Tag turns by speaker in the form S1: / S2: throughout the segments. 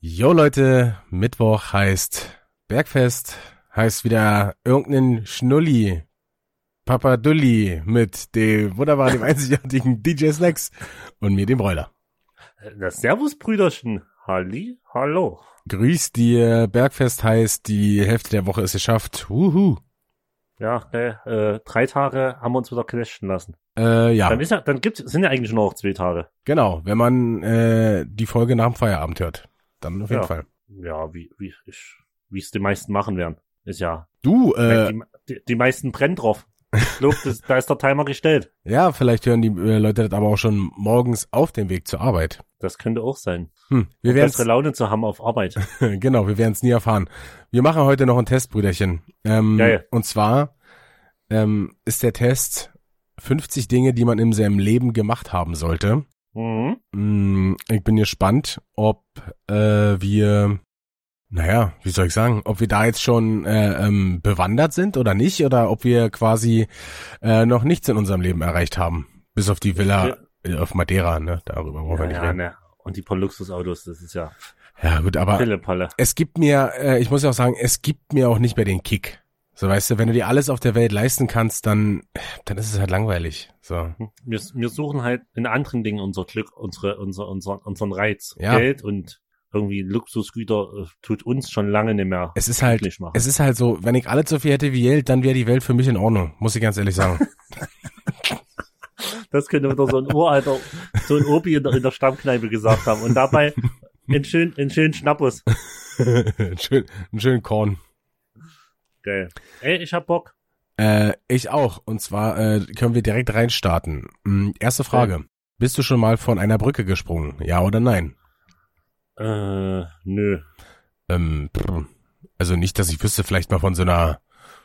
S1: Jo Leute, Mittwoch heißt Bergfest, heißt wieder irgendeinen Schnulli, Papadulli mit dem wunderbar dem einzigartigen DJ Snacks und mir dem Bräuler.
S2: Das Servus-Brüderchen. Äh, Halli, hallo.
S1: Grüß dir, Bergfest heißt, die Hälfte der Woche ist geschafft. Huhu.
S2: Ja, ne, äh, drei Tage haben wir uns wieder clashen lassen.
S1: Äh, ja,
S2: Dann ist ja, dann gibt's, sind ja eigentlich nur noch zwei Tage.
S1: genau, wenn man äh, die Folge nach dem Feierabend hört, dann auf jeden
S2: Ja.
S1: Fall.
S2: Ja, wie, wie, ich, wie es die meisten machen werden. Ist ja,
S1: Du, äh,
S2: die, die, die meisten brennen drauf. Ich glaub, das, da ist der Timer gestellt.
S1: ja, vielleicht hören die äh, Leute das aber auch schon morgens auf dem Weg zur Arbeit.
S2: Das könnte auch sein.
S1: Hm, wir werden
S2: Bessere Laune zu haben auf Arbeit.
S1: Genau, wir werden es nie erfahren. Wir machen heute noch einen Test, Brüderchen. Ähm,
S2: Geil.
S1: Und zwar ähm, ist der Test 50 Dinge, die man in seinem Leben gemacht haben sollte.
S2: Mhm.
S1: Hm, ich bin gespannt, ob äh, wir, naja, wie soll ich sagen, ob wir da jetzt schon äh, ähm, bewandert sind oder nicht, oder ob wir quasi äh, noch nichts in unserem Leben erreicht haben. Bis auf die Villa äh, auf Madeira, ne? Darüber brauchen wir
S2: Ja,
S1: nicht
S2: ja,
S1: reden.
S2: ne. Und die paar Luxusautos, das ist ja
S1: Ja, gut, aber
S2: Pille, Palle.
S1: es gibt mir, äh, ich muss ja auch sagen, es gibt mir auch nicht mehr den Kick. So, weißt du, wenn du dir alles auf der Welt leisten kannst, dann, dann ist es halt langweilig. So.
S2: Wir, wir suchen halt in anderen Dingen unser Glück, unsere, unser, unser, unseren Reiz.
S1: Ja.
S2: Geld und irgendwie Luxusgüter äh, tut uns schon lange nicht mehr
S1: Es ist halt,
S2: glücklich machen.
S1: es ist halt so, wenn ich alles so viel hätte wie Geld, dann wäre die Welt für mich in Ordnung. Muss ich ganz ehrlich sagen.
S2: Das könnte wieder so ein Uralter, so ein Opi in der, in der Stammkneipe gesagt haben. Und dabei einen schönen, einen schönen Schnappus.
S1: Ein schön, einen schönen Korn.
S2: Geil. Ey, ich hab Bock.
S1: Äh, ich auch. Und zwar äh, können wir direkt reinstarten. Hm, erste Frage. Bist du schon mal von einer Brücke gesprungen? Ja oder nein?
S2: Äh, nö.
S1: Ähm, pff, also nicht, dass ich wüsste, vielleicht mal von so einer,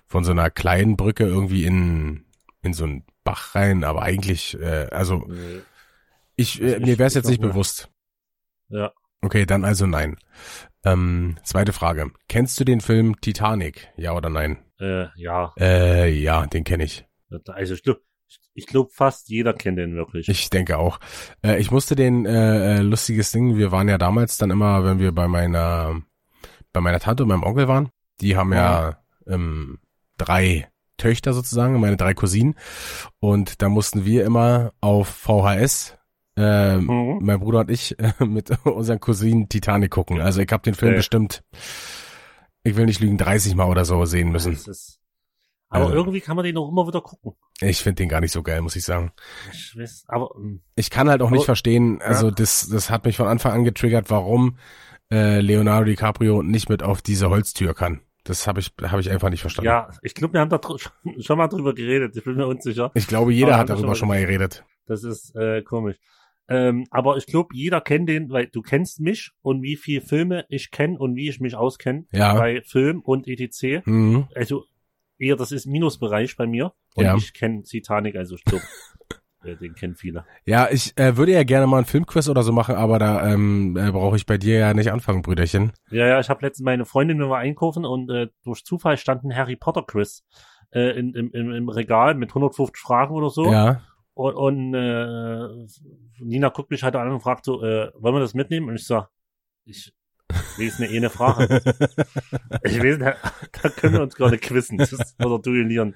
S1: von so einer kleinen Brücke irgendwie in, in so einen Bach rein, aber eigentlich, äh, also
S2: Nö.
S1: ich, äh,
S2: Ich-
S1: mir wäre es
S2: ich
S1: jetzt nicht
S2: glaub, ja.
S1: bewusst.
S2: Ja.
S1: Okay, dann also nein. Ähm, zweite Frage. Kennst du den Film Titanic? Ja oder nein?
S2: Äh, ja.
S1: Äh, ja, den kenne ich.
S2: Also ich glaub, ich, ich glaub fast jeder kennt den wirklich.
S1: Ich denke auch. Äh, ich musste den äh, äh, lustiges Ding, wir waren ja damals dann immer, wenn wir bei meiner bei meiner Tante und meinem Onkel waren, die haben ja ähm, drei Töchter sozusagen, meine drei Cousinen. Und da mussten wir immer auf VHS, äh,
S2: Mhm.
S1: mein Bruder und ich, äh, mit unseren Cousinen Titanic gucken. Also ich habe den Film
S2: Okay.
S1: bestimmt, ich will nicht lügen, 30 Mal oder so sehen müssen.
S2: Das ist, aber
S1: Also-
S2: irgendwie kann man den auch immer wieder gucken.
S1: Ich finde den gar nicht so geil, muss ich sagen.
S2: Ich weiß, aber hm. mh,
S1: ich kann halt auch nicht
S2: Aber-
S1: verstehen, also
S2: Ja.
S1: das, das hat mich von Anfang an getriggert, warum äh, Leonardo DiCaprio nicht mit auf diese Holztür kann. Das habe ich, hab ich einfach nicht verstanden.
S2: ja, ich glaube, wir haben da dr- schon, schon mal drüber geredet. Ich bin mir unsicher.
S1: Ich glaube, jeder
S2: Aber
S1: hat
S2: haben wir
S1: darüber schon
S2: schon mal
S1: mal geredet.
S2: Das ist äh, komisch. Ähm, aber ich glaube, jeder kennt den, weil du kennst mich und wie viel Filme ich kenne und wie ich mich auskenne
S1: Ja.
S2: bei Film und etc.
S1: Mhm.
S2: Also eher, das ist Minusbereich bei mir. Und
S1: Ja.
S2: ich kenne Titanic, also ich glaube, äh, den kennen viele.
S1: Ja, ich äh, würde ja gerne mal einen Filmquiz oder so machen, aber da ähm, äh, brauche ich bei dir ja nicht anfangen, Brüderchen.
S2: Ja, ja, ich habe letztens meine Freundin, wenn wir einkaufen und äh, durch Zufall stand ein Harry Potter Quiz äh, in, im, im, im Regal mit 150 Fragen oder so.
S1: Ja.
S2: Und, und äh, Nina guckt mich halt an und fragt so, äh, wollen wir das mitnehmen? Und ich sag, ich lese mir eh eine Frage. ich weiß nicht, da können wir uns gerade quizzen das, oder duellieren.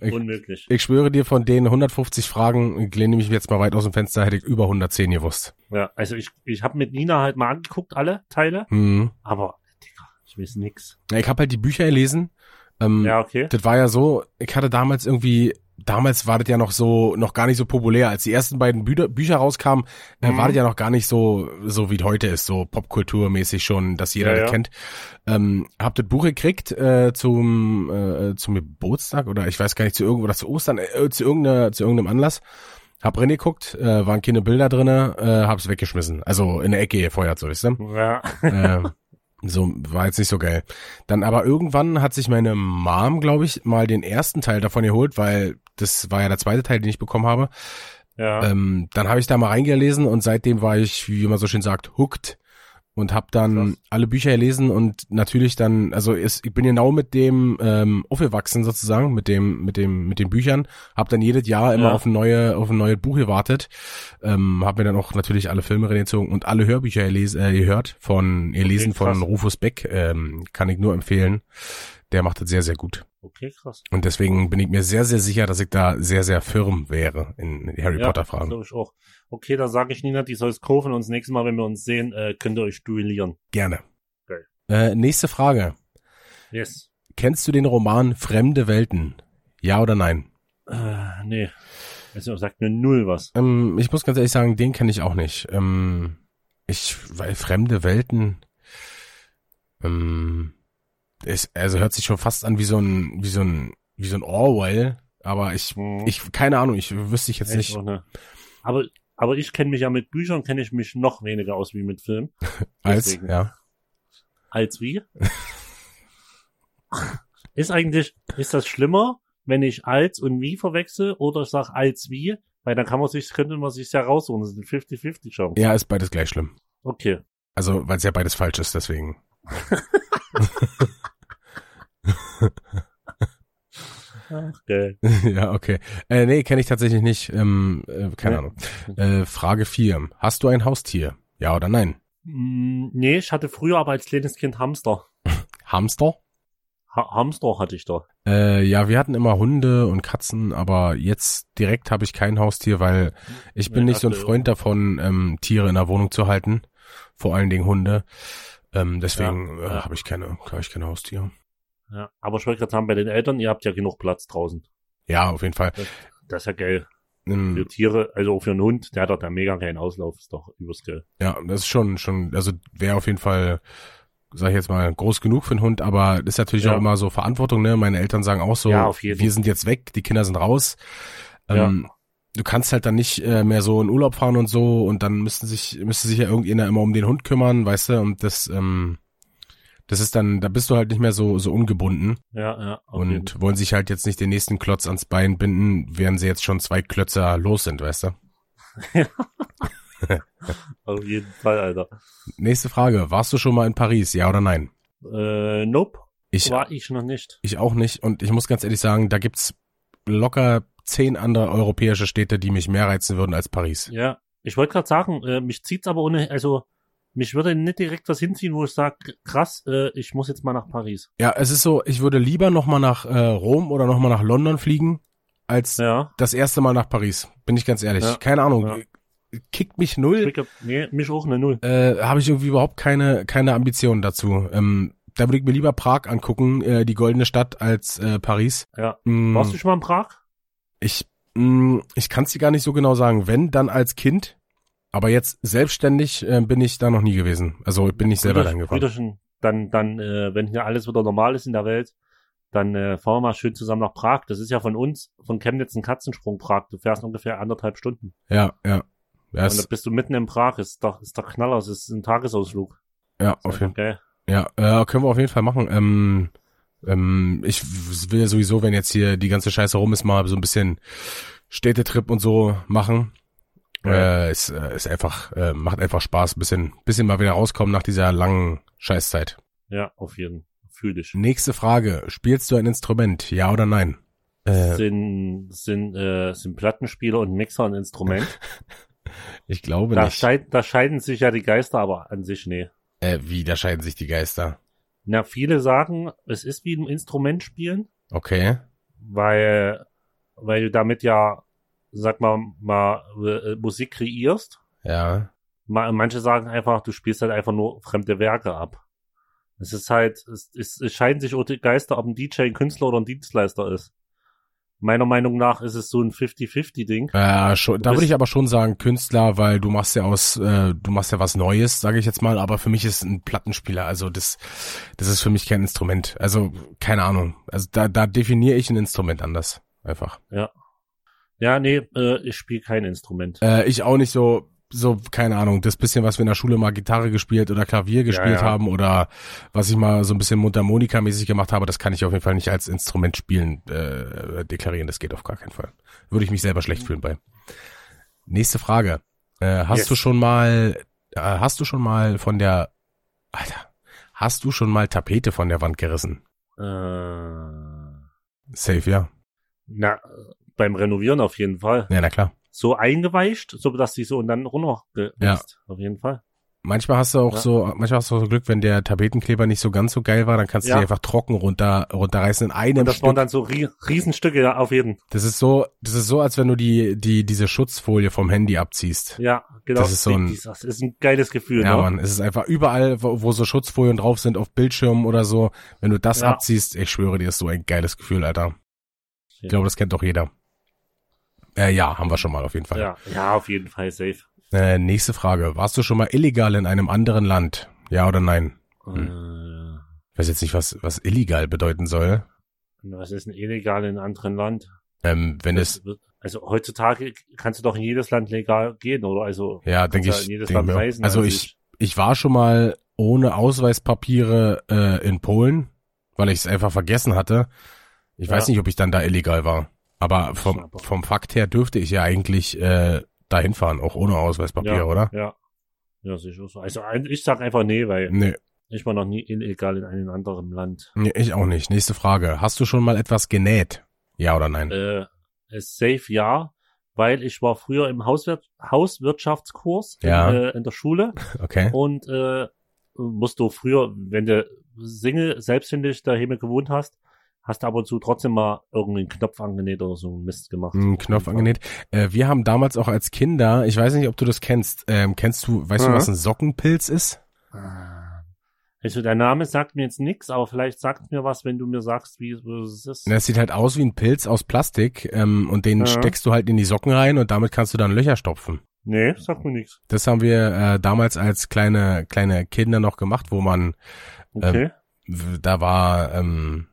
S1: Ich-
S2: Unmöglich.
S1: Ich schwöre dir, von den 150 Fragen, äh, ich lehne mich jetzt mal weit aus dem Fenster, hätte ich über 110 gewusst.
S2: Ja, also ich, ich habe mit Nina halt mal angeguckt, alle Teile,
S1: Mhm.
S2: aber Digga, ich weiß nix.
S1: Ja, Ich habe halt die Bücher gelesen. Ähm,
S2: Ja, okay.
S1: Das war ja so, ich hatte damals irgendwie, damals war das ja noch so, noch gar nicht so populär. Als die ersten beiden Büder, Bücher rauskamen, äh,
S2: Mhm.
S1: war das ja noch gar nicht so, so wie es heute ist, so popkulturmäßig schon, dass jeder
S2: Ja,
S1: das
S2: ja.
S1: kennt. Ähm, hab das Buch gekriegt äh, zum, äh, zum Geburtstag oder ich weiß gar nicht, zu irgendwo oder zu Ostern, äh, zu, irgendeiner, zu irgendeinem Anlass. Hab reingeguckt, äh, waren keine Bilder drinne, äh, hab's weggeschmissen. Also in der Ecke gefeuert, so weißt du.
S2: Ja,
S1: Ähm, so war jetzt nicht so geil. Dann aber irgendwann hat sich meine Mom, glaube ich, mal den ersten Teil davon geholt, weil das war ja der zweite Teil, den ich bekommen habe.
S2: ja.
S1: Ähm, dann habe ich da mal reingelesen und seitdem war ich, wie man so schön sagt, hooked und habe dann
S2: Krass.
S1: alle Bücher gelesen und natürlich dann, also ist, ich bin genau mit dem ähm, aufgewachsen sozusagen, mit dem, mit dem, mit den Büchern, habe dann jedes Jahr immer
S2: Ja.
S1: auf ein neue, auf ein neues Buch gewartet, ähm, habe mir dann auch natürlich alle Filme reingezogen und alle Hörbücher geles- äh, gehört von gelesen
S2: krass.
S1: von Rufus Beck, ähm, kann ich nur empfehlen. Der macht das sehr, sehr gut.
S2: Okay, krass.
S1: Und deswegen bin ich mir sehr, sehr sicher, dass ich da sehr, sehr firm wäre in Harry Potter
S2: Ja,
S1: Fragen.
S2: glaube ich auch. Okay, dann sage ich Nina, die soll es kaufen und das nächste Mal, wenn wir uns sehen, äh, könnt ihr euch duellieren.
S1: Gerne.
S2: Geil.
S1: Äh, nächste Frage.
S2: Yes.
S1: Kennst du den Roman Fremde Welten? Ja oder nein?
S2: Äh, nee. Also sagt mir null was.
S1: Ähm, ich muss ganz ehrlich sagen, den kenne ich auch nicht. Ähm, ich, weil Fremde Welten, ähm, ist, also hört sich schon fast an wie so ein, wie so ein, wie so ein Orwell, aber ich,
S2: Hm.
S1: ich, keine Ahnung, ich wüsste ich jetzt
S2: Echt
S1: nicht.
S2: auch ne. Aber, aber ich kenne mich ja mit Büchern, kenne ich mich noch weniger aus wie mit Filmen.
S1: Als,
S2: deswegen.
S1: ja.
S2: Als wie? ist eigentlich, ist das schlimmer, wenn ich als und wie verwechsel oder ich sage als wie? Weil dann kann man sich, könnte man sich ja raussuchen. Das ist ein 50-50 Chance.
S1: Ja, ist beides gleich schlimm.
S2: Okay.
S1: Also, weil es ja beides falsch ist, deswegen.
S2: Ach, geil.
S1: ja, okay. Äh, nee, kenne ich tatsächlich nicht. Ähm, äh, keine
S2: Nee.
S1: Ahnung. Äh, Frage 4. Hast du ein Haustier? Ja oder nein?
S2: Mm, Nee, ich hatte früher aber als kleines Kind Hamster.
S1: Hamster?
S2: Ha Hamster hatte ich da.
S1: Äh, ja, wir hatten immer Hunde und Katzen, aber jetzt direkt habe ich kein Haustier, weil ich bin
S2: Nee,
S1: nicht so ein
S2: aktuell.
S1: Freund davon, ähm, Tiere in der Wohnung zu halten. Vor allen Dingen Hunde. Ähm, deswegen
S2: Ja, ja.
S1: äh, habe ich keine, hab ich kein Haustier.
S2: Ja, aber ich wollte gerade sagen, bei den Eltern, ihr habt ja genug Platz draußen.
S1: Ja, auf jeden Fall.
S2: Das ist ja geil.
S1: Ähm,
S2: Für Tiere, also auch für einen Hund, der hat doch da mega keinen Auslauf, ist doch übelst geil.
S1: Ja, das ist schon, schon, also wäre auf jeden Fall, sag ich jetzt mal, groß genug für einen Hund, aber das ist natürlich
S2: Ja.
S1: auch immer so Verantwortung, ne? Meine Eltern sagen auch so,
S2: Ja, auf jeden.
S1: wir sind jetzt weg, die Kinder sind raus. Ähm, Du kannst halt dann nicht äh, mehr so in Urlaub fahren und so und dann müssten sich, müsste sich ja irgendjemand immer um den Hund kümmern, weißt du, und das, ähm, das ist dann, da bist du halt nicht mehr so, so ungebunden
S2: Ja, ja. auf jeden Fall.
S1: und wollen sich halt jetzt nicht den nächsten Klotz ans Bein binden, während sie jetzt schon zwei Klötzer los sind, weißt du?
S2: auf jeden Fall, Alter.
S1: Nächste Frage, warst du schon mal in Paris, ja oder nein?
S2: Äh, nope,
S1: Ich
S2: war ich noch nicht.
S1: Ich auch nicht. Und ich muss ganz ehrlich sagen, da gibt's locker zehn andere europäische Städte, die mich mehr reizen würden als Paris.
S2: Ja, ich wollte gerade sagen, äh, mich zieht's aber ohne, also mich würde nicht direkt was hinziehen, wo ich sage, krass, äh, ich muss jetzt mal nach Paris.
S1: Ja, es ist so, ich würde lieber nochmal nach äh, Rom oder nochmal nach London fliegen, als
S2: Ja,
S1: das erste Mal nach Paris. Bin ich ganz ehrlich.
S2: Ja.
S1: Keine Ahnung.
S2: Ja.
S1: Kickt mich null.
S2: Trick- nee, mich auch eine Null.
S1: Äh, Habe ich irgendwie überhaupt keine, keine Ambitionen dazu. Ähm, da würde ich mir lieber Prag angucken, äh, die goldene Stadt, als äh, Paris.
S2: Ja.
S1: Mm,
S2: Warst du schon mal in Prag?
S1: Ich, mh, ich kann es dir gar nicht so genau sagen. Wenn, dann als Kind. Aber jetzt selbstständig äh, bin ich da noch nie gewesen. Also bin ich selber
S2: Brüderchen-
S1: dahin gefahren.
S2: Brüderchen, dann, dann, äh, wenn hier alles wieder normal ist in der Welt, dann äh, fahren wir mal schön zusammen nach Prag. Das ist ja von uns, von Chemnitz ein Katzensprung Prag. Du fährst ungefähr anderthalb Stunden.
S1: Ja, ja. Ja,
S2: Und dann
S1: ist,
S2: bist du mitten in Prag. Ist doch, ist doch Knaller. Es ist ein Tagesausflug.
S1: ja
S2: Ist
S1: auf jeden Fall.
S2: einfach geil.
S1: Ja, äh, können wir auf jeden Fall machen. Ähm, ähm, ich w- will ja sowieso, wenn jetzt hier die ganze Scheiße rum ist, mal so ein bisschen Städtetrip und so machen.
S2: Ja.
S1: Äh, ist, äh, ist einfach, äh, macht einfach Spaß, ein bisschen, bisschen mal wieder rauskommen nach dieser langen Scheißzeit.
S2: Ja, auf jeden Fall. Fühl dich.
S1: Nächste Frage. Spielst du ein Instrument? Ja oder nein? Äh,
S2: Sind, sind, äh, sind Plattenspieler und Mixer ein Instrument?
S1: ich glaube
S2: da,
S1: nicht.
S2: scheid, da scheiden sich ja die Geister, aber an sich, nee.
S1: Äh, wie, da scheiden sich die Geister.
S2: Na, viele sagen, es ist wie ein Instrument spielen.
S1: Okay.
S2: weil, weil du damit ja, sag mal, mal äh, Musik kreierst.
S1: Ja.
S2: Ma- Manche sagen einfach, du spielst halt einfach nur fremde Werke ab. Es ist halt, es, es, es scheiden sich auch die Geister, ob ein DJ ein Künstler oder ein Dienstleister ist. Meiner Meinung nach ist es so ein 50-50-Ding.
S1: Äh, schon, da
S2: bist-
S1: würde ich aber schon sagen Künstler, weil du machst ja aus, äh, du machst ja was Neues, sage ich jetzt mal. Aber für mich ist ein Plattenspieler, also das, das ist für mich kein Instrument. Also keine Ahnung. Also da, da definiere ich ein Instrument anders einfach.
S2: Ja, nee, äh, ich spiele kein Instrument.
S1: Äh, ich auch nicht so, so keine Ahnung. Das bisschen, was wir in der Schule mal Gitarre gespielt oder Klavier gespielt
S2: ja.
S1: haben oder was ich mal so ein bisschen Mundharmonika-mäßig gemacht habe, das kann ich auf jeden Fall nicht als Instrument spielen äh, deklarieren. Das geht auf gar keinen Fall. Würde ich mich selber schlecht fühlen bei. Nächste Frage. Äh, hast
S2: Yes.
S1: du schon mal, äh, hast du schon mal von der Alter, hast du schon mal Tapete von der Wand gerissen?
S2: Äh,
S1: Safe, ja.
S2: na, beim Renovieren auf jeden Fall.
S1: Ja, na klar.
S2: So eingeweicht, so dass sie so und dann runtergerissen.
S1: Ja.
S2: Auf jeden Fall.
S1: Manchmal hast du auch
S2: Ja.
S1: so, manchmal hast du auch so Glück, wenn der Tapetenkleber nicht so ganz so geil war, dann kannst du
S2: Ja.
S1: die einfach trocken runter, runterreißen in einem
S2: Und das waren
S1: Stück.
S2: dann so Rie Riesenstücke ja, auf jeden.
S1: Das ist so, das ist so, als wenn du die, die, diese Schutzfolie vom Handy abziehst.
S2: Ja, genau.
S1: Das ist so ein-
S2: das ist ein geiles Gefühl.
S1: Ja,
S2: ne?
S1: Mann, es ist einfach überall, wo, wo so Schutzfolien drauf sind, auf Bildschirmen oder so. Wenn du das
S2: Ja.
S1: abziehst, ich schwöre dir, ist so ein geiles Gefühl, Alter. Ich glaube, das kennt doch jeder. Äh, ja, haben wir schon mal auf jeden Fall.
S2: ja. ja, auf jeden Fall safe.
S1: Äh, nächste Frage. Warst du schon mal illegal in einem anderen Land? Ja oder nein?
S2: Äh,
S1: Ich weiß jetzt nicht, was, was illegal bedeuten soll.
S2: was ist denn illegal in einem anderen Land?
S1: Ähm, wenn es,
S2: Das wird- also heutzutage kannst du doch in jedes Land legal gehen, oder? Also
S1: ja, denke
S2: kannst
S1: ich,
S2: ja in jedes
S1: denk
S2: Land
S1: mir auch.
S2: reisen. ne?
S1: also ich, ich war schon mal ohne Ausweispapiere äh, in Polen, weil ich es einfach vergessen hatte. Ich
S2: Ja.
S1: weiß nicht, ob ich dann da illegal war. Aber vom,
S2: Schnapper.
S1: vom Fakt her dürfte ich ja eigentlich äh, dahin fahren, auch ohne Ausweispapier,
S2: Ja.
S1: oder?
S2: ja. Ja, sicher so. Also ein- ich sag einfach nee, weil
S1: Nee,
S2: ich war noch nie illegal in einem anderen Land.
S1: nee, ich auch nicht. Nächste Frage. Hast du schon mal etwas genäht? Ja oder nein?
S2: Äh, es safe ja, weil ich war früher im Hauswirt Hauswirtschaftskurs
S1: Ja.
S2: in, äh, in der Schule
S1: Okay.
S2: und äh, musst du früher, wenn du Single selbstständig daheim gewohnt hast, hast du ab und zu trotzdem mal irgendeinen Knopf angenäht oder so einen Mist gemacht.
S1: Ein Hm, Knopf
S2: oh.
S1: angenäht. Äh, wir haben damals auch als Kinder, ich weiß nicht, ob du das kennst, ähm, kennst du, weißt du,
S2: Mhm. Ah.
S1: was ein Sockenpilz ist?
S2: Also der Name sagt mir jetzt nichts, aber vielleicht sagt mir was, wenn du mir sagst, wie wie es ist.
S1: Na, Es sieht halt aus wie ein Pilz aus Plastik ähm, und den
S2: Ja.
S1: steckst du halt in die Socken rein und damit kannst du dann Löcher stopfen.
S2: Nee, sagt mir nichts.
S1: Das haben wir äh, damals als kleine kleine Kinder noch gemacht, wo man Ähm,
S2: Okay.
S1: w- da war ähm,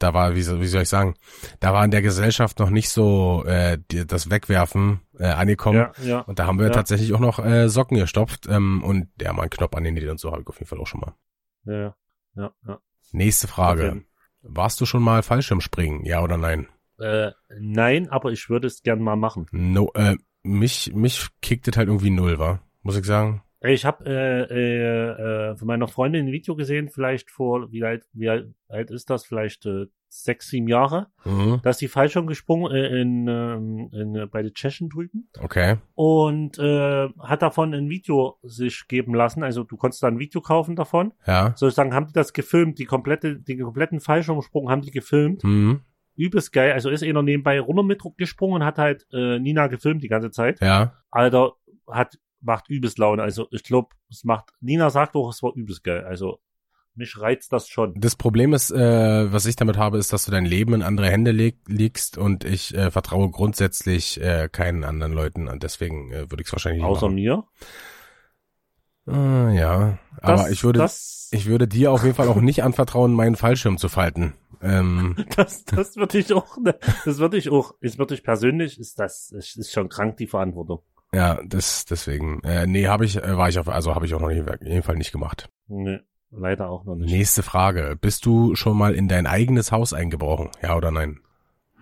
S1: da war wie, so- wie soll ich sagen, da war in der Gesellschaft noch nicht so äh, die, das Wegwerfen äh, angekommen.
S2: ja, ja.
S1: Und da haben wir
S2: Ja.
S1: tatsächlich auch noch äh, Socken gestopft ähm, und ja, mal einen Knopf an den Nähten und so habe ich auf jeden Fall auch schon mal.
S2: Ja, ja, ja, ja.
S1: Nächste Frage.
S2: Okay.
S1: Warst du schon mal Fallschirmspringen? Ja oder nein?
S2: Äh, nein, aber ich würde es gern mal machen.
S1: No, äh, mich, mich kickt das halt irgendwie null, war, muss ich sagen.
S2: Ich habe äh, äh, äh, von meiner Freundin ein Video gesehen, vielleicht vor, wie alt, wie alt, alt ist das? Vielleicht äh, sechs, sieben Jahre.
S1: Mhm.
S2: Da ist die Fallschirm gesprungen äh, in, ähm, in, äh, bei den Tschechen drüben
S1: Okay.
S2: und äh, hat davon ein Video sich geben lassen. Also du konntest da ein Video kaufen davon.
S1: Ja.
S2: Sozusagen haben die das gefilmt, die komplette, den kompletten Fallschirmsprung haben die gefilmt.
S1: Mhm.
S2: Übelst geil. Also ist einer nebenbei runter mitgesprungen und hat halt äh, Nina gefilmt die ganze Zeit.
S1: Ja.
S2: Alter, hat, macht übelst Laune. Also ich glaube, es macht, Nina sagt auch, es war übelst geil. Also mich reizt das schon.
S1: Das Problem ist, äh, was ich damit habe, ist, dass du dein Leben in andere Hände leg legst und ich äh, vertraue grundsätzlich äh, keinen anderen Leuten und deswegen äh, würde ich es wahrscheinlich nicht
S2: Außer
S1: machen.
S2: mir.
S1: Äh, ja.
S2: Das,
S1: Aber ich würde,
S2: Das,
S1: ich würde dir auf jeden Fall auch nicht anvertrauen, meinen Fallschirm zu falten. Ähm,
S2: das, das würde ich auch, ne, das würde ich auch, ist wirklich persönlich, ist das, ist ist schon krank, die Verantwortung.
S1: ja, das deswegen. Äh, nee, habe ich, äh, war ich auf, also habe ich auch noch nie, auf jeden Fall nicht gemacht.
S2: Nee, Ne, leider auch noch nicht.
S1: Nächste Frage. Bist du schon mal in dein eigenes Haus eingebrochen? Ja oder nein?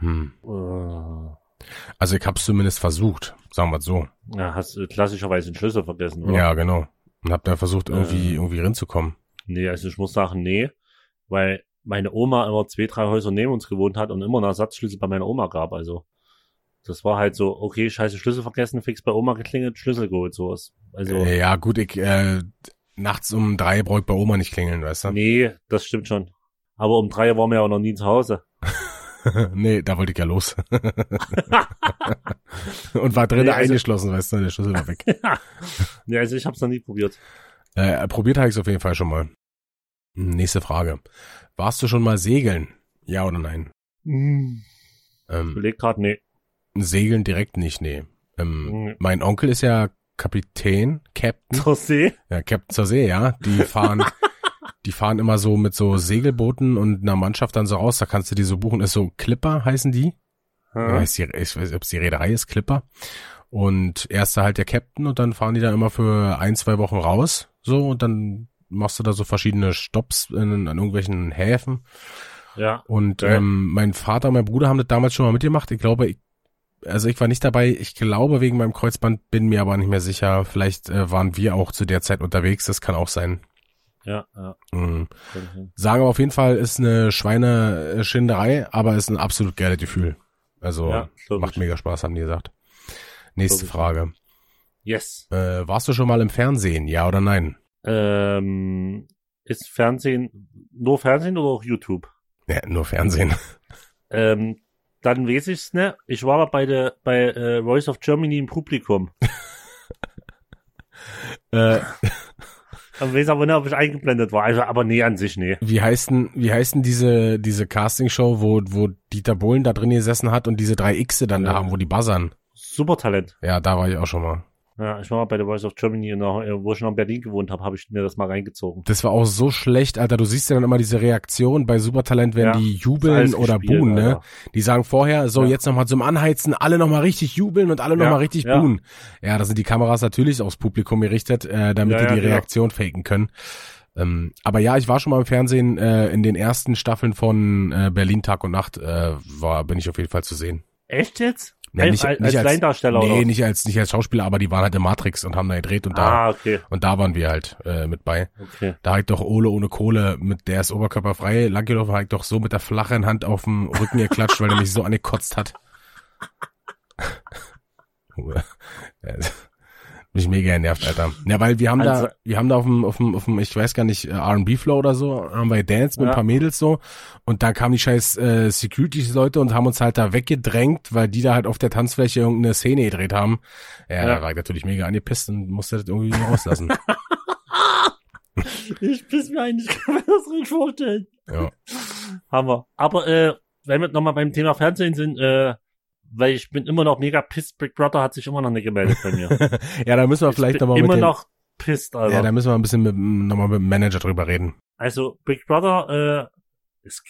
S1: Hm.
S2: Äh,
S1: Also ich hab's zumindest versucht, sagen wir so.
S2: ja, hast du klassischerweise den Schlüssel vergessen, oder?
S1: Ja, genau. Und hab da versucht, irgendwie,
S2: Äh.
S1: irgendwie rinzukommen.
S2: Nee, also ich muss sagen, nee, weil meine Oma immer zwei, drei Häuser neben uns gewohnt hat und immer einen Ersatzschlüssel bei meiner Oma gab. Also das war halt so, okay, scheiße, Schlüssel vergessen, fix bei Oma geklingelt, Schlüssel geholt, sowas. Also
S1: Äh, ja, gut, ich, äh, nachts um drei brauch ich bei Oma nicht klingeln, weißt du? Nee,
S2: nee, das stimmt schon. Aber um drei waren wir ja auch noch nie zu Hause.
S1: da wollte ich ja los. Und war drinnen
S2: Nee, also-
S1: eingeschlossen, weißt du, der Schlüssel war weg.
S2: Nee, also ich hab's noch nie probiert.
S1: äh, probiert habe ich es auf jeden Fall schon mal. Hm, Nächste Frage. Warst du schon mal segeln? Ja oder nein?
S2: Mm.
S1: Ähm,
S2: Überleg grad, nee.
S1: Segeln direkt nicht, nee. Ähm,
S2: Nee.
S1: Mein Onkel ist ja Kapitän, Captain,
S2: Zur See?
S1: ja, Captain zur See, ja. Die fahren, die fahren immer so mit so Segelbooten und einer Mannschaft dann so raus. Da kannst du die so buchen. Ist so Clipper heißen die. Ja.
S2: Hm?
S1: Ist die ich weiß nicht, ob es die Reederei ist, Clipper. Und er ist da halt der Captain und dann fahren die da immer für ein, zwei Wochen raus. So und dann machst du da so verschiedene Stops in, an irgendwelchen Häfen.
S2: Ja.
S1: Und
S2: Ja.
S1: ähm, mein Vater und mein Bruder haben das damals schon mal mitgemacht. Ich glaube, ich, also ich war nicht dabei. Ich glaube wegen meinem Kreuzband, bin mir aber nicht mehr sicher. Vielleicht äh, waren wir auch zu der Zeit unterwegs. Das kann auch sein.
S2: Ja, ja.
S1: Mhm.
S2: kann ich hin.
S1: Sagen aber auf jeden Fall, ist eine Schweineschinderei, aber ist ein absolut geiles Gefühl. Also
S2: ja glaub
S1: macht
S2: ich.
S1: mega Spaß, haben die gesagt. Nächste
S2: Logisch.
S1: Frage.
S2: Yes.
S1: Äh, warst du schon mal im Fernsehen, ja oder nein?
S2: Ähm, ist Fernsehen nur Fernsehen oder auch YouTube?
S1: Ja, nur Fernsehen.
S2: Ähm, dann weiß ich's ne. Ich war mal bei der bei äh, Voice of Germany im Publikum.
S1: Äh,
S2: Ich weiß aber nicht, ob ich eingeblendet war. Also, aber nee, an sich nee.
S1: wie heißt denn, wie heißt denn diese, diese Castingshow, wo, wo Dieter Bohlen da drin gesessen hat und diese drei Xe dann da
S2: Ja.
S1: haben, wo die buzzern?
S2: Super Talent.
S1: Ja, da war ich auch schon mal.
S2: Ja, ich war mal bei der Voice of Germany, und auch, äh, wo ich noch in Berlin gewohnt habe, habe ich mir das mal reingezogen.
S1: Das war auch so schlecht, Alter. Du siehst ja dann immer diese Reaktion bei Supertalent, wenn
S2: Ja,
S1: die
S2: Das ist alles
S1: jubeln oder
S2: gespielt,
S1: buhen, ne?
S2: Alter.
S1: Die sagen vorher, so
S2: Ja.
S1: jetzt nochmal zum Anheizen, alle nochmal richtig jubeln und alle
S2: Ja,
S1: nochmal richtig
S2: ja.
S1: buhen. Ja, da sind die Kameras natürlich aufs Publikum gerichtet, äh, damit
S2: Ja,
S1: die
S2: ja,
S1: die
S2: genau.
S1: Reaktion faken können. Ähm, aber ja, ich war schon mal im Fernsehen äh, in den ersten Staffeln von äh, Berlin Tag und Nacht, äh, war, bin ich auf jeden Fall zu sehen.
S2: Echt jetzt?
S1: Ja, nicht-
S2: als,
S1: nicht
S2: als
S1: als-
S2: Leindarsteller
S1: nee,
S2: oder?
S1: nicht als nicht als Schauspieler, aber die waren halt in Matrix und haben da gedreht und da
S2: Ah, okay,
S1: und da waren wir halt äh, mit bei.
S2: okay.
S1: Da halt doch Ole ohne Kohle, mit der ist oberkörperfrei langgelaufen, halt doch so mit der flachen Hand auf dem Rücken geklatscht, weil er mich so angekotzt hat. Ja, mich mega genervt, Alter. Ja, weil wir haben
S2: Also-
S1: da, wir haben da auf dem, auf dem, auf dem ich weiß gar nicht, äh, R&B Flow oder so, haben wir Dance mit
S2: Ja.
S1: ein paar Mädels so und da kamen die scheiß äh, Security-Leute und haben uns halt da weggedrängt, weil die da halt auf der Tanzfläche irgendeine Szene gedreht haben. Ja,
S2: Ja.
S1: da war ich natürlich mega angepisst und musste das irgendwie rauslassen.
S2: Ich piss mir ein, ich kann mir das nicht vorstellen.
S1: ja.
S2: Hammer. Aber äh, wenn wir nochmal beim Thema Fernsehen sind, äh, weil ich bin immer noch mega pissed, Big Brother hat sich immer noch nicht gemeldet bei mir.
S1: ja, da müssen wir vielleicht
S2: ich bin
S1: nochmal mit
S2: immer
S1: den-
S2: noch pissed, Alter.
S1: Ja, da müssen wir ein bisschen mit, nochmal mit dem Manager drüber reden.
S2: also Big Brother, äh, es,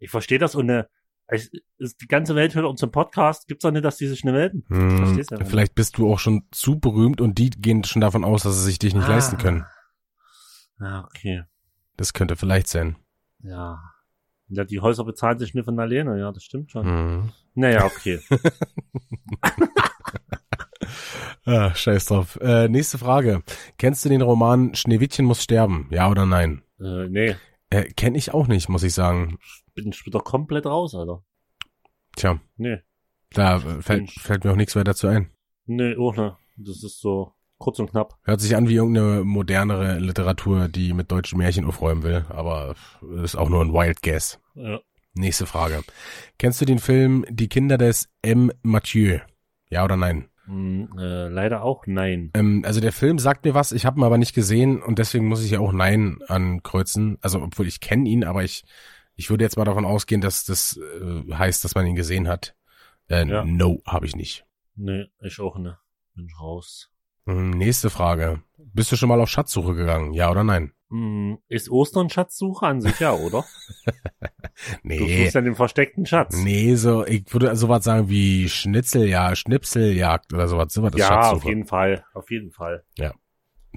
S2: ich verstehe das und äh, es, es, die ganze Welt hört unseren Podcast, gibt's doch nicht, dass die sich nicht melden.
S1: Hm,
S2: versteh's ja nicht.
S1: vielleicht bist du auch schon zu berühmt und die gehen schon davon aus, dass sie sich dich nicht
S2: Ah.
S1: leisten können.
S2: Ah, okay.
S1: Das könnte vielleicht sein.
S2: Ja. Ja, die Häuser bezahlen sich mir von alleine, ja, das stimmt schon.
S1: Hm.
S2: Naja, okay.
S1: Ah, scheiß drauf. Äh, nächste Frage. Kennst du den Roman Schneewittchen muss sterben? Ja oder nein?
S2: äh, nee,
S1: Äh, kenn ich auch nicht, muss ich sagen.
S2: bin ich doch komplett raus, Alter.
S1: Tja,
S2: Nee,
S1: da äh, fällt,
S2: Mensch.
S1: fällt mir auch nichts weiter zu ein.
S2: nee, auch ne. Das ist so kurz und knapp.
S1: Hört sich an wie irgendeine modernere Literatur, die mit deutschen Märchen aufräumen will, aber ist auch nur ein Wild Guess.
S2: Ja.
S1: Nächste Frage. Kennst du den Film Die Kinder des M. Mathieu? Ja oder nein?
S2: Hm, äh, leider auch nein.
S1: Ähm, also der Film sagt mir was, ich habe ihn aber nicht gesehen und deswegen muss ich ja auch Nein ankreuzen. Also obwohl ich kenne ihn, aber ich, ich würde jetzt mal davon ausgehen, dass das äh, heißt, dass man ihn gesehen hat. Äh,
S2: Ja.
S1: No, habe ich nicht.
S2: Nee, ich auch ne. Bin raus.
S1: Ähm, nächste Frage. Bist du schon mal auf Schatzsuche gegangen? Ja oder nein?
S2: Hm, ist Ostern Schatzsuche an sich, ja, oder? Du
S1: Nee.
S2: suchst ja den versteckten Schatz.
S1: Äh. Nee, so, ich würde sowas sagen wie Schnitzeljagd, Schnipseljagd oder sowas. Sowas ist
S2: ja, auf
S1: Schatzsuche.
S2: jeden Fall. Auf jeden Fall.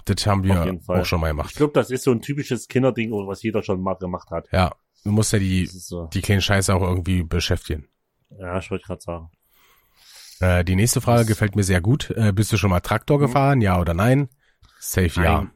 S1: das haben
S2: auf
S1: wir
S2: jeden Fall.
S1: auch schon mal gemacht.
S2: Ich glaube, das ist so ein typisches Kinderding, was jeder schon mal gemacht hat.
S1: Ja, du musst ja die,
S2: Das ist so.
S1: die kleinen Scheiße auch irgendwie beschäftigen.
S2: Ja, ich wollte gerade sagen.
S1: Äh, die nächste Frage
S2: Das-
S1: gefällt mir sehr gut. Äh, bist du schon mal Traktor
S2: Mhm.
S1: gefahren? Ja oder nein? Safe ja.
S2: Ein,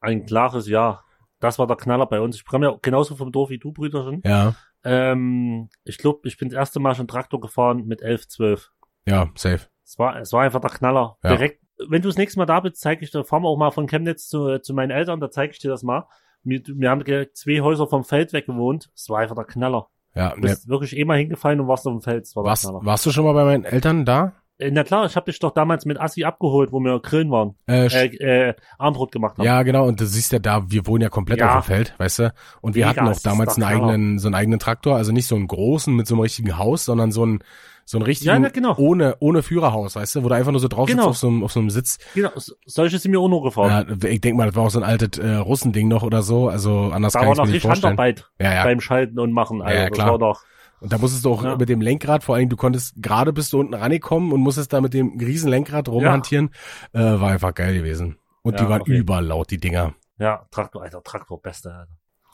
S2: ein klares Ja. Das war der Knaller bei uns. Ich komme ja genauso vom Dorf wie du, Brüderchen.
S1: Ja,
S2: Ähm, ich glaube, ich bin das erste Mal schon Traktor gefahren mit 11, 12.
S1: ja, safe.
S2: Es war, es war einfach der Knaller.
S1: Ja.
S2: Direkt, wenn du das nächste Mal da bist, zeige ich dir, fahren wir auch mal von Chemnitz zu, zu meinen Eltern, da zeige ich dir das mal. Wir, wir haben direkt zwei Häuser vom Feld weg gewohnt. Es war einfach der Knaller.
S1: Ja,
S2: Du
S1: ne,
S2: bist wirklich eh mal hingefallen und warst auf dem Feld. Es war der
S1: warst,
S2: Knaller.
S1: warst du schon mal bei meinen Eltern da?
S2: Äh, Na klar, ich habe dich doch damals mit Assi abgeholt, wo wir grillen waren.
S1: Äh,
S2: Äh,
S1: sch-
S2: äh, Armbrot gemacht haben.
S1: ja, genau. Und du siehst ja da, wir wohnen ja komplett
S2: Ja.
S1: auf dem Feld, weißt du? Und wir
S2: Mega,
S1: hatten auch
S2: das ist
S1: damals
S2: doch
S1: einen
S2: Hammer.
S1: eigenen, so einen eigenen Traktor. Also nicht so einen großen mit so einem richtigen Haus, sondern so einen, so einen richtigen,
S2: Ja, na, genau.
S1: ohne, ohne Führerhaus, weißt du? Wo du einfach nur so drauf sitzt
S2: Genau.
S1: auf so einem, auf so einem Sitz.
S2: Genau, so- solche sind mir auch noch gefahren.
S1: Ja, ich denk mal, das war auch so ein altes äh, Russending noch oder so. Also anders
S2: da
S1: kann
S2: war
S1: ich mir
S2: noch
S1: nicht
S2: richtig
S1: vorstellen.
S2: Handarbeit
S1: Ja, ja.
S2: beim Schalten und Machen. Also,
S1: Ja, ja, klar.
S2: Das war doch,
S1: Und da musstest du auch
S2: Ja.
S1: mit dem Lenkrad, vor allen Dingen, du konntest gerade bist du unten rangekommen und musstest da mit dem riesen Lenkrad rumhantieren. Äh, war einfach geil gewesen. Und die
S2: Ja,
S1: waren
S2: auf jeden
S1: überlaut, die Dinger.
S2: ja, Traktor, Alter, Traktor, beste,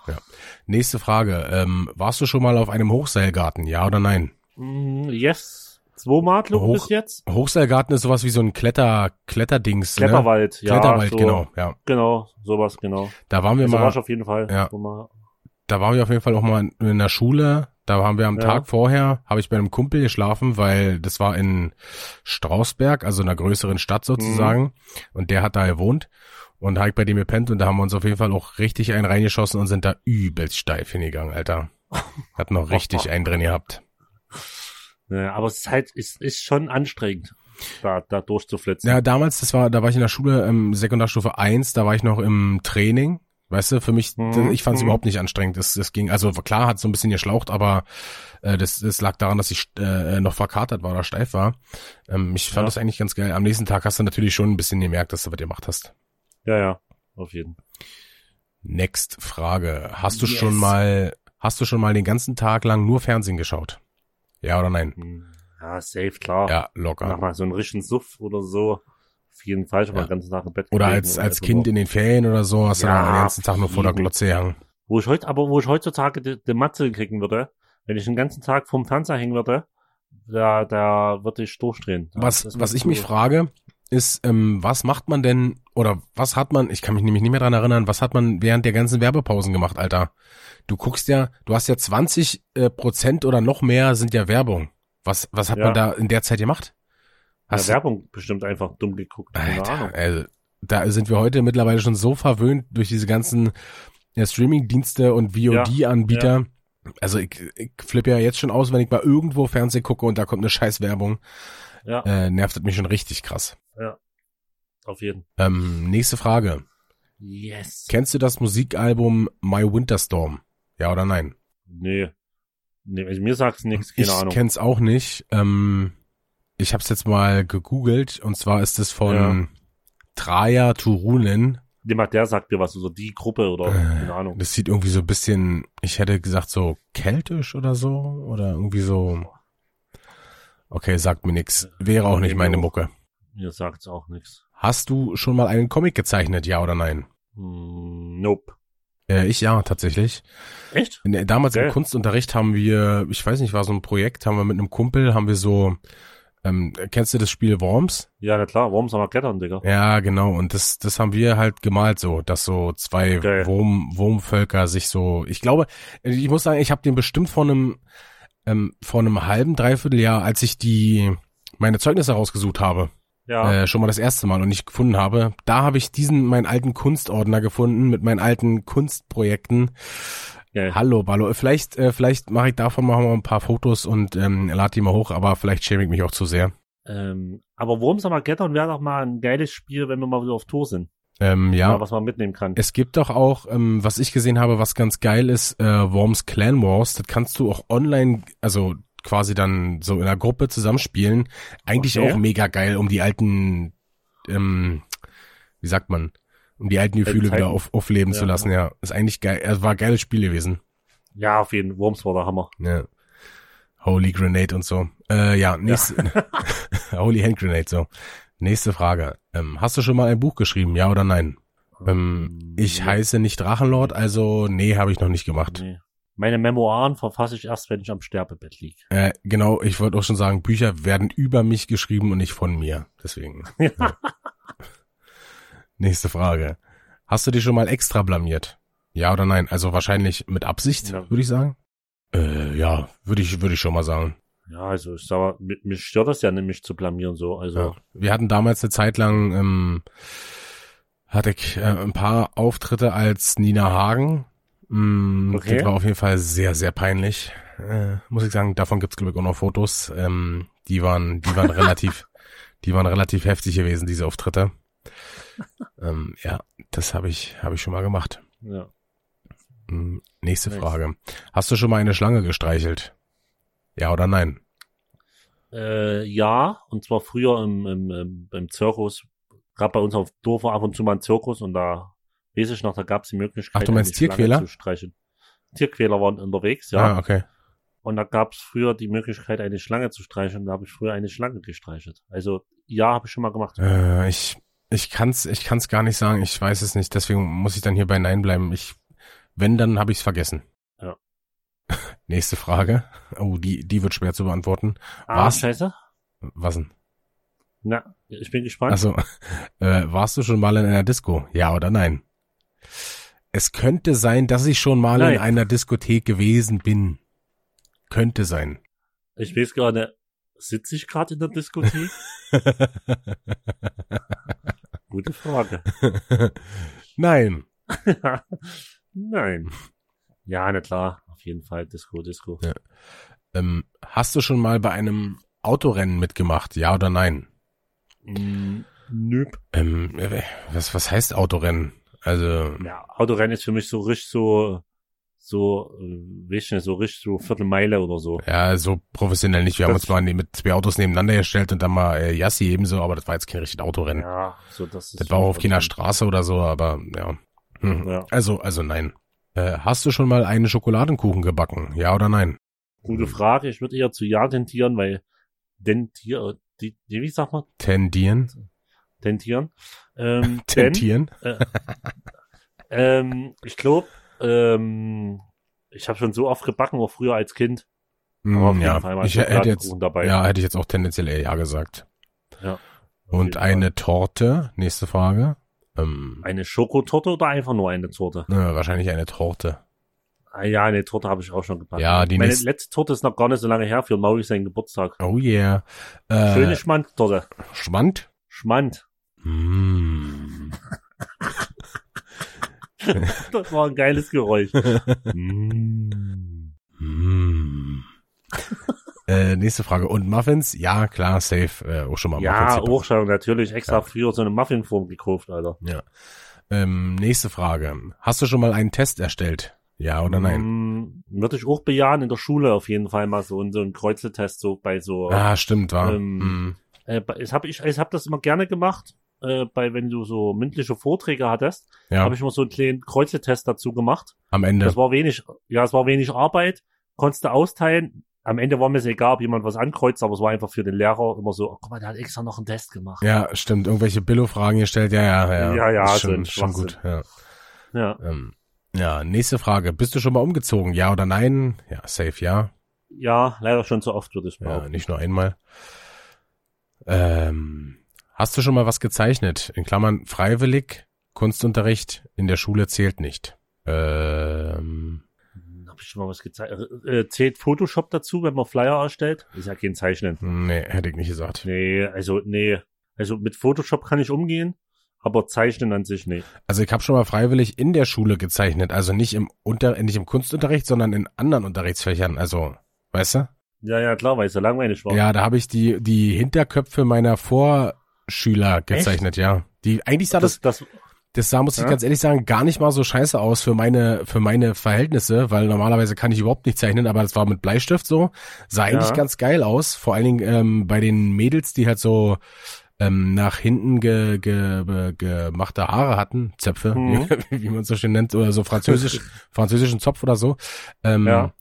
S2: Alter.
S1: Nächste Frage. Ähm, warst du schon mal auf einem Hochseilgarten, ja oder nein?
S2: Mm, yes, Zwei Martlook
S1: Hoch-
S2: bis jetzt.
S1: Hochseilgarten ist sowas wie so ein Kletter, Kletterdings. Ne?
S2: Kletterwald, ja.
S1: Kletterwald,
S2: so,
S1: genau, ja.
S2: Genau, sowas, genau.
S1: Da waren wir
S2: so
S1: mal,
S2: war ich auf jeden Fall.
S1: ja.
S2: So mal-
S1: da waren wir auf jeden Fall auch mal in, in der Schule. Da haben wir am
S2: Ja.
S1: Tag vorher, habe ich bei einem Kumpel geschlafen, weil das war in Strausberg, also einer größeren Stadt sozusagen. Und der hat da gewohnt. Und habe ich bei dem gepennt und da haben wir uns auf jeden Fall auch richtig einen reingeschossen und sind da übelst steif hingegangen, Alter. Hat noch richtig einen drin gehabt.
S2: Ja, aber es ist halt, es ist schon anstrengend, da, da durchzuflitzen.
S1: Ja, damals, das war, da war ich in der Schule, ähm, Sekundarstufe 1, da war ich noch im Training. Weißt du, für mich,
S2: Mhm.
S1: d- ich fand es
S2: Mhm.
S1: überhaupt nicht anstrengend. Das, das ging, also klar hat so ein bisschen geschlaucht, aber äh, das, das lag daran, dass ich äh, noch verkatert war oder steif war. Ähm, ich fand
S2: Ja.
S1: das eigentlich ganz geil. Am nächsten Tag hast du natürlich schon ein bisschen gemerkt, dass du was gemacht hast.
S2: ja, ja, auf jeden Fall.
S1: Next Frage. Hast du
S2: Yes.
S1: schon mal, hast du schon mal den ganzen Tag lang nur Fernsehen geschaut? Ja oder nein?
S2: Hm. Ja, safe, klar.
S1: Ja, locker.
S2: Mach mal so einen richtigen Suff oder so. Auf jeden Fall schon mal
S1: Ja.
S2: ganz nach im Bett.
S1: Oder
S2: gelegen
S1: als,
S2: und
S1: als
S2: so.
S1: Kind in den Ferien oder so, hast du
S2: Ja,
S1: dann den ganzen Tag nur vor der
S2: fliegen.
S1: Glotze gehangen.
S2: Wo ich heute, aber wo ich heutzutage die, die Matze kriegen würde, wenn ich den ganzen Tag vorm Fernseher hängen würde, da, da würde ich durchdrehen. Da-
S1: Was,
S2: das
S1: was
S2: macht
S1: ich mich
S2: so-
S1: frage, ist, ähm, was macht man denn, oder was hat man, ich kann mich nämlich nicht mehr dran erinnern, was hat man während der ganzen Werbepausen gemacht, Alter? Du guckst ja, du hast ja 20 äh, Prozent oder noch mehr sind ja Werbung. Was, was hat
S2: Ja.
S1: man da in der Zeit gemacht?
S2: Ja,
S1: Hast du-
S2: Werbung bestimmt einfach dumm geguckt. Keine Ahnung.
S1: Alter, also, da sind wir heute mittlerweile schon so verwöhnt durch diese ganzen ja, Streaming-Dienste und VOD-Anbieter. Also ich, ich flippe ja jetzt schon aus, wenn ich mal irgendwo Fernsehen gucke und da kommt eine scheiß Werbung.
S2: Ja,
S1: Äh, nervt das mich schon richtig krass.
S2: auf jeden Fall.
S1: Ähm, nächste Frage.
S2: Yes.
S1: Kennst du das Musikalbum My Winter Storm? Ja oder nein?
S2: Nee. Nee, also mir sagt's nichts, keine
S1: ich
S2: Ahnung.
S1: kenn's auch nicht. Ähm, ich hab's jetzt mal gegoogelt und zwar ist es von
S2: Ja.
S1: Traja Turunen.
S2: Jemand, der sagt mir was, so die Gruppe oder
S1: Äh,
S2: Oh, keine Ahnung.
S1: Das sieht irgendwie so ein bisschen, ich hätte gesagt so keltisch oder so oder irgendwie so. Okay, sagt mir nix. Wäre auch nicht meine Mucke.
S2: Mir sagt's auch nichts.
S1: Hast du schon mal einen Comic gezeichnet? Ja oder nein?
S2: Hm, nope.
S1: Äh, ich ja, tatsächlich.
S2: Echt?
S1: In der, Ne, damals im
S2: Geil.
S1: Kunstunterricht haben wir, ich weiß nicht, war so ein Projekt, haben wir mit einem Kumpel, haben wir so, ähm, kennst du das Spiel Worms?
S2: Ja, na klar, warum soll man klettern, Digga?
S1: Ja, genau. Und das, das haben wir halt gemalt so, dass so zwei
S2: Geil.
S1: Wurm, Wurmvölker sich so, ich glaube, ich muss sagen, ich habe den bestimmt vor einem, ähm, vor einem halben, dreiviertel Jahr, als ich die, meine Zeugnisse rausgesucht habe,
S2: Ja,
S1: äh, schon mal das erste Mal und nicht gefunden habe, da habe ich diesen, meinen alten Kunstordner gefunden mit meinen alten Kunstprojekten.
S2: geil.
S1: Hallo, Ballo. Vielleicht, äh, vielleicht mache ich davon mal ein paar Fotos und ähm, lade die mal hoch, aber vielleicht schäme ich mich auch zu sehr.
S2: Ähm, aber warum soll man klettern wäre doch mal ein geiles Spiel, wenn wir mal wieder auf Tour sind.
S1: Ähm, ja.
S2: Mal, was man mitnehmen kann.
S1: Es gibt doch auch, ähm, was ich gesehen habe, was ganz geil ist, äh, Worms Clan Wars. Das kannst du auch online, also quasi dann so in einer Gruppe zusammenspielen. Eigentlich
S2: Okay.
S1: auch mega geil, um die alten, ähm, wie sagt man, um die alten Gefühle
S2: Zeiten.
S1: wieder auf, aufleben
S2: Ja. genau.
S1: zu lassen. Ja, ist eigentlich geil. Es war ein geiles Spiel gewesen.
S2: Ja, auf jeden Fall. Worms war der Hammer.
S1: Ja. Holy Grenade und so. Äh, ja, nächste. Holy Hand Grenade, so. Nächste Frage. Ähm, hast du schon mal ein Buch geschrieben, ja oder nein? Ähm, ich
S2: Nee.
S1: heiße nicht Drachenlord, also nee, habe ich noch nicht gemacht.
S2: Nee. Meine Memoiren verfasse ich erst, wenn ich am Sterbebett lieg.
S1: Äh, genau, ich wollte auch schon sagen, Bücher werden über mich geschrieben und nicht von mir. Deswegen. Ja. Nächste Frage. Hast du dich schon mal extra blamiert? Ja oder nein? Also wahrscheinlich mit Absicht,
S2: Ja.
S1: würde ich sagen. Äh, ja, würde ich, würde ich schon mal sagen.
S2: Ja, also ich sag mal, mi- mich stört das ja nicht, mich zu blamieren so. Also
S1: Ja. Wir hatten damals eine Zeit lang, ähm, hatte ich äh, ein paar Auftritte als Nina Hagen. Mm,
S2: Okay.
S1: Das war auf jeden Fall sehr, sehr peinlich. Äh, muss ich sagen, davon gibt's glaub ich auch noch Fotos. Ähm, die waren, die waren relativ, die waren relativ heftig gewesen, diese Auftritte. Ähm, ja, das habe ich, habe ich schon mal gemacht.
S2: ja.
S1: Mm, Nächste
S2: Nice.
S1: Frage. Hast du schon mal eine Schlange gestreichelt? Ja oder nein?
S2: Äh, ja, und zwar früher im, im, im, im Zirkus. Gab bei uns auf Dorf ab und zu mal einen Zirkus und da weiß ich noch, da gab's die Möglichkeit,
S1: Ach, du meinst
S2: eine Schlange
S1: Tierquäler?
S2: zu streichen. Tierquäler waren unterwegs, ja.
S1: Ah, okay.
S2: Und da gab's früher die Möglichkeit, eine Schlange zu streichen. Und da habe ich früher eine Schlange gestreichelt. Also ja, habe ich schon mal gemacht.
S1: Äh, ich ich kann's ich kann's gar nicht sagen. Ich weiß es nicht. Deswegen muss ich dann hier bei Nein bleiben. Ich wenn dann habe ich's vergessen.
S2: Ja.
S1: Nächste Frage. Oh, die die wird schwer zu beantworten.
S2: Ah,
S1: war's-
S2: scheiße.
S1: Was denn?
S2: Na, ich bin gespannt.
S1: Also, äh, warst du schon mal in einer Disco? Ja oder nein? Es könnte sein, dass ich schon mal
S2: Nein.
S1: in einer Diskothek gewesen bin. Könnte sein.
S2: Ich weiß gerade, sitze ich gerade in der Diskothek? Gute Frage.
S1: Nein.
S2: Nein. Ja, na klar. Auf jeden Fall Disco, Disco.
S1: Ja. Ähm, hast du schon mal bei einem Autorennen mitgemacht? Ja oder nein?
S2: Mm, nö.
S1: Ähm, äh, was, was heißt Autorennen? Also,
S2: Ja, Autorennen ist für mich so richtig so, so, äh, weiß ich nicht, so richtig so Viertelmeile oder so.
S1: ja, so professionell nicht. Wir haben
S2: Das-
S1: uns mal ne- mit zwei Autos nebeneinander gestellt und dann mal äh, Yassi ebenso, aber das war jetzt kein richtiges Autorennen.
S2: Ja, so das ist.
S1: Das war auch auf keiner
S2: Straße.
S1: Straße oder so, aber ja. Hm.
S2: Ja.
S1: Also, also nein. Äh, hast du schon mal einen Schokoladenkuchen gebacken? Ja oder nein? Mhm.
S2: Gute Frage. Ich würde eher zu Ja tentieren, weil dentier, die, die, wie sagt man?
S1: Tendieren?
S2: Dentieren. Ähm, denn,
S1: Tentieren?
S2: ähm, ich glaube, ähm, ich habe schon so oft gebacken, auch früher als Kind.
S1: Hm,
S2: auf jeden Fall
S1: ja,
S2: mal
S1: ich hätte jetzt,
S2: Schokoladenkuchen dabei.
S1: ja, hätte ich jetzt auch tendenziell eher ja gesagt.
S2: Auf jeden
S1: Und
S2: Fall.
S1: eine Torte? Nächste Frage. Ähm,
S2: Eine Schokotorte oder einfach nur eine Torte?
S1: äh, wahrscheinlich eine Torte.
S2: Ah ja, eine Torte habe ich auch schon gebacken.
S1: Ja, die
S2: Meine
S1: nächste-
S2: letzte Torte ist noch gar nicht so lange her für Mauri seinen Geburtstag.
S1: Oh yeah. Äh,
S2: Schöne Schmandtorte.
S1: Schwand?
S2: Schmand.
S1: Mm.
S2: Das war ein geiles Geräusch.
S1: Mm. Mm. äh, nächste Frage. Und Muffins? Ja, klar, safe. Äh, auch schon mal
S2: ja,
S1: Muffins.
S2: auch
S1: gebacken.
S2: schon natürlich extra früher so eine Muffinform gekauft, Alter.
S1: Ähm, nächste Frage. Hast du schon mal einen Test erstellt? Ja oder nein?
S2: Mm, Würde ich auch bejahen in der Schule auf jeden Fall mal so, in so einen Kreuzeltest so bei so.
S1: Ah, stimmt, war.
S2: Ähm,
S1: mm.
S2: Äh, bei- ich habe ich, ich hab das immer gerne gemacht, äh, bei wenn du so mündliche Vorträge hattest,
S1: Ja,
S2: habe ich mal so einen kleinen Kreuzeltest dazu gemacht.
S1: am Ende.
S2: Das war wenig, ja, es war wenig Arbeit, konntest du austeilen. Am Ende war mir es egal, ob jemand was ankreuzt, aber es war einfach für den Lehrer immer so, oh, guck mal, der hat extra noch einen Test gemacht.
S1: Ja, stimmt. Irgendwelche Billo-Fragen gestellt. Ja, ja, ja.
S2: Ja, ja,
S1: Ist
S2: so
S1: schon,
S2: ein
S1: schon gut. Ja.
S2: Ja,
S1: Ähm, ja, nächste Frage. Bist du schon mal umgezogen? Ja oder nein? Ja, safe, ja.
S2: ja leider schon zu oft würde ich
S1: Ja,
S2: behaupten.
S1: nicht nur einmal. Ähm, hast du schon mal was gezeichnet? In Klammern freiwillig, Kunstunterricht in der Schule zählt nicht. Ähm,
S2: Habe Hm, ich schon mal was gezeigt? Äh, äh, zählt Photoshop dazu, wenn man Flyer erstellt? Ist ja kein Zeichnen.
S1: nee, hätte ich nicht gesagt.
S2: Nee, also, nee. Also mit Photoshop kann ich umgehen, aber Zeichnen an sich nicht.
S1: Also ich habe schon mal freiwillig in der Schule gezeichnet, also nicht im Unter nicht im Kunstunterricht, sondern in anderen Unterrichtsfächern. Also, weißt du?
S2: Ja, ja, klar, weil es ja langweilig war.
S1: Ja, da habe ich die die Hinterköpfe meiner Vorschüler gezeichnet, ja. Die eigentlich sah das
S2: das, das,
S1: Das sah, muss ich
S2: Ja.
S1: ganz ehrlich sagen, gar nicht mal so scheiße aus für meine, für meine Verhältnisse, weil normalerweise kann ich überhaupt nicht zeichnen, aber das war mit Bleistift so. Sah eigentlich
S2: Ja.
S1: ganz geil aus. Vor allen Dingen ähm, bei den Mädels, die halt so ähm, nach hinten ge, ge, be- gemachte Haare hatten, Zöpfe,
S2: Mhm.
S1: wie, wie man es so schön nennt, oder so französisch, französischen Zopf oder so. Ähm,
S2: Ja.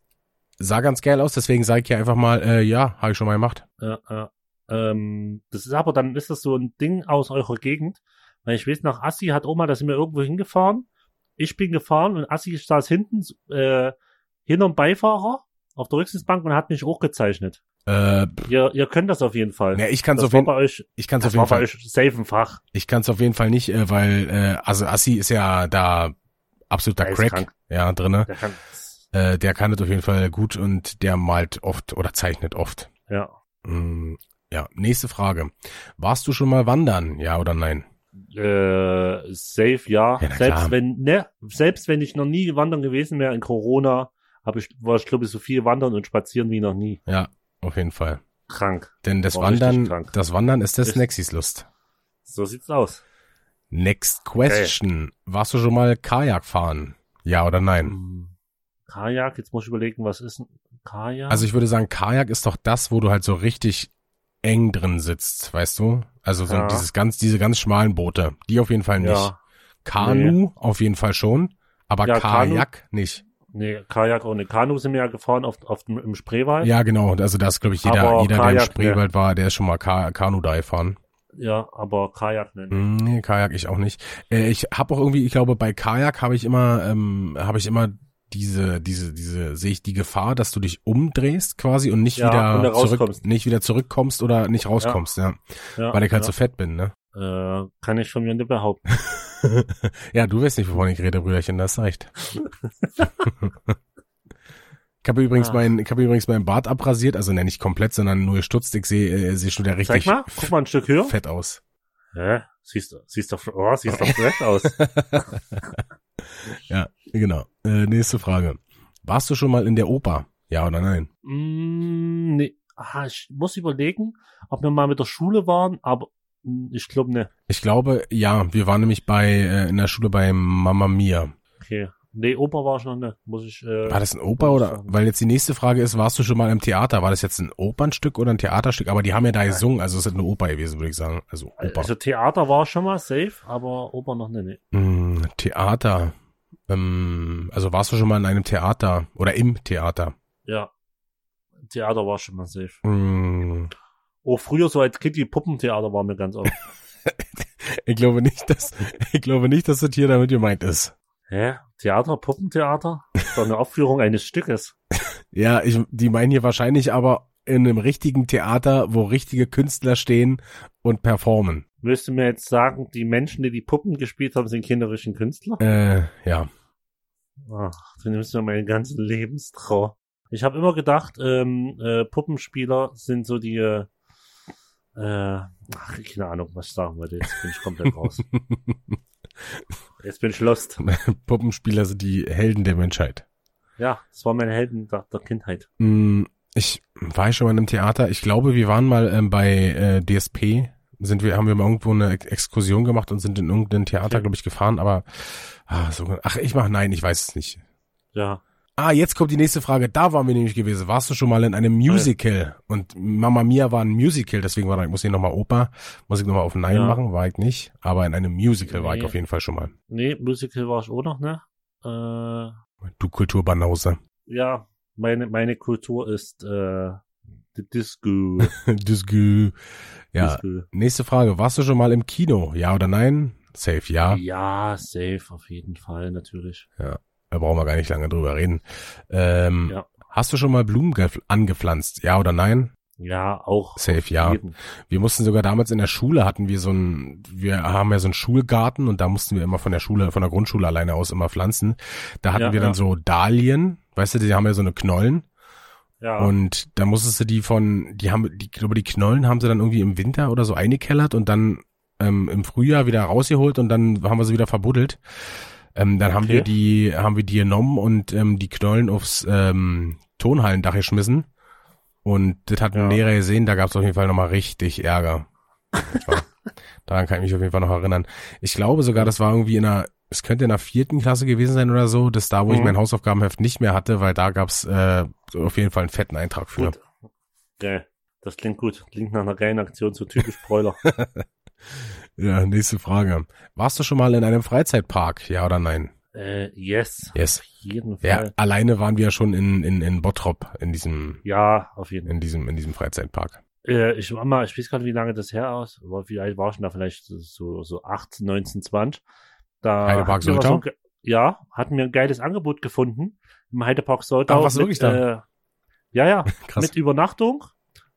S1: Sah ganz geil aus, deswegen sage ich hier einfach mal, äh, ja, habe ich schon mal gemacht.
S2: äh, äh, ähm, das ist aber, dann ist das so ein Ding aus eurer Gegend. Weil ich weiß, nach Assi hat Oma, da sind wir irgendwo hingefahren. Ich bin gefahren und Assi saß hinten, äh, hinterm Beifahrer auf der Rücksichtsbank und hat mich auch gezeichnet.
S1: Äh,
S2: Ihr, ihr könnt das auf jeden Fall.
S1: ne, ich kann es
S2: das
S1: auf,
S2: war
S1: jeden-
S2: bei euch,
S1: ich kann's auf
S2: das
S1: jeden
S2: war bei
S1: Fall.
S2: euch safe ein Fach.
S1: Ich kann es auf jeden Fall nicht, äh, weil äh, also Assi ist ja da absoluter
S2: Der ist
S1: Crack,
S2: krank.
S1: ja drinne.
S2: Der kann,
S1: Äh, der kann das auf jeden Fall gut und der malt oft oder zeichnet oft.
S2: ja.
S1: Mm, ja, nächste Frage. Warst du schon mal wandern? Ja oder nein?
S2: Äh, safe, ja.
S1: Ja, na klar.
S2: selbst wenn, ne, selbst wenn ich noch nie wandern gewesen wäre in Corona, habe ich, war ich glaube ich so viel wandern und spazieren wie noch nie.
S1: Ja, auf jeden Fall.
S2: Krank.
S1: Denn das
S2: War richtig
S1: Wandern,
S2: krank.
S1: das Wandern ist des
S2: Ist-
S1: Nexis Lust.
S2: So sieht's aus.
S1: Next question. Warst du schon mal Kajak fahren? Ja oder nein?
S2: Hm. Kajak, jetzt muss ich überlegen, was ist ein Kajak?
S1: Also ich würde sagen, Kajak ist doch das, wo du halt so richtig eng drin sitzt, weißt du? Also so
S2: Ja.
S1: dieses ganz, diese ganz schmalen Boote, die auf jeden Fall nicht.
S2: ja.
S1: Kanu auf jeden Fall schon, aber
S2: Ja, Kanu-
S1: Kajak nicht.
S2: Nee, Kajak ohne Kanu sind wir ja gefahren auf, auf dem, im Spreewald.
S1: Ja, genau. Also das glaube ich jeder,
S2: Aber
S1: jeder, der im
S2: Kajak,
S1: Spreewald war, der ist schon mal Ka Kanu da gefahren.
S2: Ja, aber Kajak nennen.
S1: Hm, Nee, Kajak ich auch nicht. Äh, ich habe auch irgendwie, ich glaube, bei Kajak habe ich immer, ähm, habe ich immer diese, diese, diese, sehe ich die Gefahr, dass du dich umdrehst quasi und nicht
S2: Ja, und da
S1: wieder zurück,
S2: rauskommst.
S1: nicht wieder zurückkommst oder nicht rauskommst, ja.
S2: Ja,
S1: Weil ich halt
S2: ja.
S1: so fett bin, ne?
S2: äh, kann ich schon wieder nicht behaupten.
S1: ja, du weißt nicht, wovon ich rede, Brüderchen, das reicht. ich habe übrigens
S2: Ah.
S1: mein, ich habe übrigens meinen Bart abrasiert, also ne, nicht komplett, sondern nur gestutzt. Ich sehe, äh, sehe schon wieder
S2: Zeig
S1: richtig
S2: mal, guck mal ein Stück höher.
S1: fett aus.
S2: Hä? Siehst du, siehst doch, oh, siehst doch fresh aus.
S1: Ja, genau. Äh, nächste Frage. Warst du schon mal in der Oper? Ja oder nein?
S2: Mm, nee. Ah, ich muss überlegen, ob wir mal mit der Schule waren, aber mm, ich glaube ne.
S1: Ich glaube, ja. Wir waren nämlich bei äh, in der Schule bei Mama Mia.
S2: Okay. Nee, Oper war ich noch ne. Muss ich, äh,
S1: War das ein Oper oder? Weil jetzt die nächste Frage ist, warst du schon mal im Theater? War das jetzt ein Opernstück oder ein Theaterstück? Aber die haben ja da gesungen, also es ist eine Oper gewesen, würde ich sagen. Also Oper.
S2: also Theater war schon mal safe, aber Oper noch ne, ne.
S1: Mm, Theater. Ähm, also warst du schon mal in einem Theater oder im Theater?
S2: Ja. Theater war schon mal safe.
S1: Mm,
S2: Oh, früher so als Kind die Puppentheater war mir ganz oft.
S1: ich glaube nicht, dass ich glaube nicht, dass das hier damit gemeint ist.
S2: Hä? Theater, Puppentheater? Das ist doch eine Aufführung eines Stückes.
S1: Ja, ich, die meinen hier wahrscheinlich aber in einem richtigen Theater, wo richtige Künstler stehen und performen.
S2: Müsste mir jetzt sagen, die Menschen, die die Puppen gespielt haben, sind kinderischen Künstler?
S1: Äh, ja.
S2: Ach, du nimmst mir meinen ganzen Lebenstrauer. Ich habe immer gedacht, ähm, äh, Puppenspieler sind so die, äh, äh, ach, keine Ahnung, was ich sagen wollte. Jetzt bin ich komplett raus. Jetzt bin ich lost.
S1: Puppenspieler sind die Helden der Menschheit.
S2: Ja, das war mein Helden der, der Kindheit.
S1: Mm, Ich war ja schon mal in einem Theater. Ich glaube, wir waren mal ähm, bei äh, DSP. Sind wir, haben wir mal irgendwo eine Ex- Exkursion gemacht und sind in irgendein Theater, glaube ich, gefahren, aber ah, so, ach, ich mach nein, ich weiß es nicht.
S2: Ja,
S1: Ah, jetzt kommt die nächste Frage. Da waren wir nämlich gewesen. Warst du schon mal in
S2: Äh.
S1: einem Musical? Und Mama Mia war ein Musical, deswegen war da, ich muss hier nochmal Oper, muss ich nochmal auf Nein
S2: Ja.
S1: machen, war ich nicht. Aber in einem Musical war ich
S2: Nee.
S1: auf jeden Fall schon mal.
S2: nee, Musical war ich auch noch, ne? Äh,
S1: Du Kulturbanause.
S2: ja, meine, meine Kultur ist, äh, die Disco.
S1: Das Gü. Ja.
S2: Disco.
S1: Nächste Frage. Warst du schon mal im Kino? Ja oder nein? Safe, ja.
S2: Ja, safe, auf jeden Fall, natürlich.
S1: Da brauchen wir gar nicht lange drüber reden. Ähm,
S2: Ja.
S1: Hast du schon mal Blumen gef- angepflanzt? Ja oder nein?
S2: Ja, auch.
S1: Safe, ja.
S2: Jeden.
S1: Wir mussten sogar damals in der Schule hatten wir so ein, wir haben ja so einen Schulgarten und da mussten wir immer von der Schule, von der Grundschule alleine aus immer pflanzen. Da hatten
S2: Ja,
S1: wir dann
S2: ja.
S1: so Dahlien, weißt du, die haben ja so eine Knollen
S2: Ja.
S1: und da musstest du die von, die haben, die, ich glaube, die Knollen haben sie dann irgendwie im Winter oder so eingekellert und dann ähm, im Frühjahr wieder rausgeholt und dann haben wir sie wieder verbuddelt. Ähm, dann haben
S2: Okay.
S1: wir die, haben wir die genommen und ähm, die Knollen aufs ähm, Tonhallendach geschmissen. Und das hat ein
S2: Ja.
S1: Lehrer gesehen, da gab es auf jeden Fall nochmal richtig Ärger. Das war- Daran kann ich mich auf jeden Fall noch erinnern. Ich glaube sogar, das war irgendwie in einer, es könnte in der vierten Klasse gewesen sein oder so, dass da, wo ich
S2: Mhm.
S1: mein Hausaufgabenheft nicht mehr hatte, weil da gab es äh, auf jeden Fall einen fetten Eintrag für.
S2: Gut. Geil. Das klingt gut. Klingt nach einer geilen Aktion, so typisch Broiler.
S1: Ja, nächste Frage. Warst du schon mal in einem Freizeitpark? Ja oder nein?
S2: äh, yes.
S1: Yes.
S2: Auf jeden
S1: Ja,
S2: Fall.
S1: alleine waren wir ja schon in, in, in Bottrop, in diesem,
S2: Ja, auf jeden Fall.
S1: in diesem, in diesem Freizeitpark.
S2: Äh, ich war mal, ich weiß gar nicht, wie lange das her aus. War, wie alt war ich denn da? Vielleicht so, so 18, 19, 20. Da
S1: Heidepark
S2: hatten wir mal
S1: Soltau?
S2: ein ge- ja, hatten wir ein geiles Angebot gefunden. Im Heidepark Soltau.
S1: Ach, warst du wirklich da?
S2: Äh, ja, ja.
S1: Krass.
S2: Mit Übernachtung.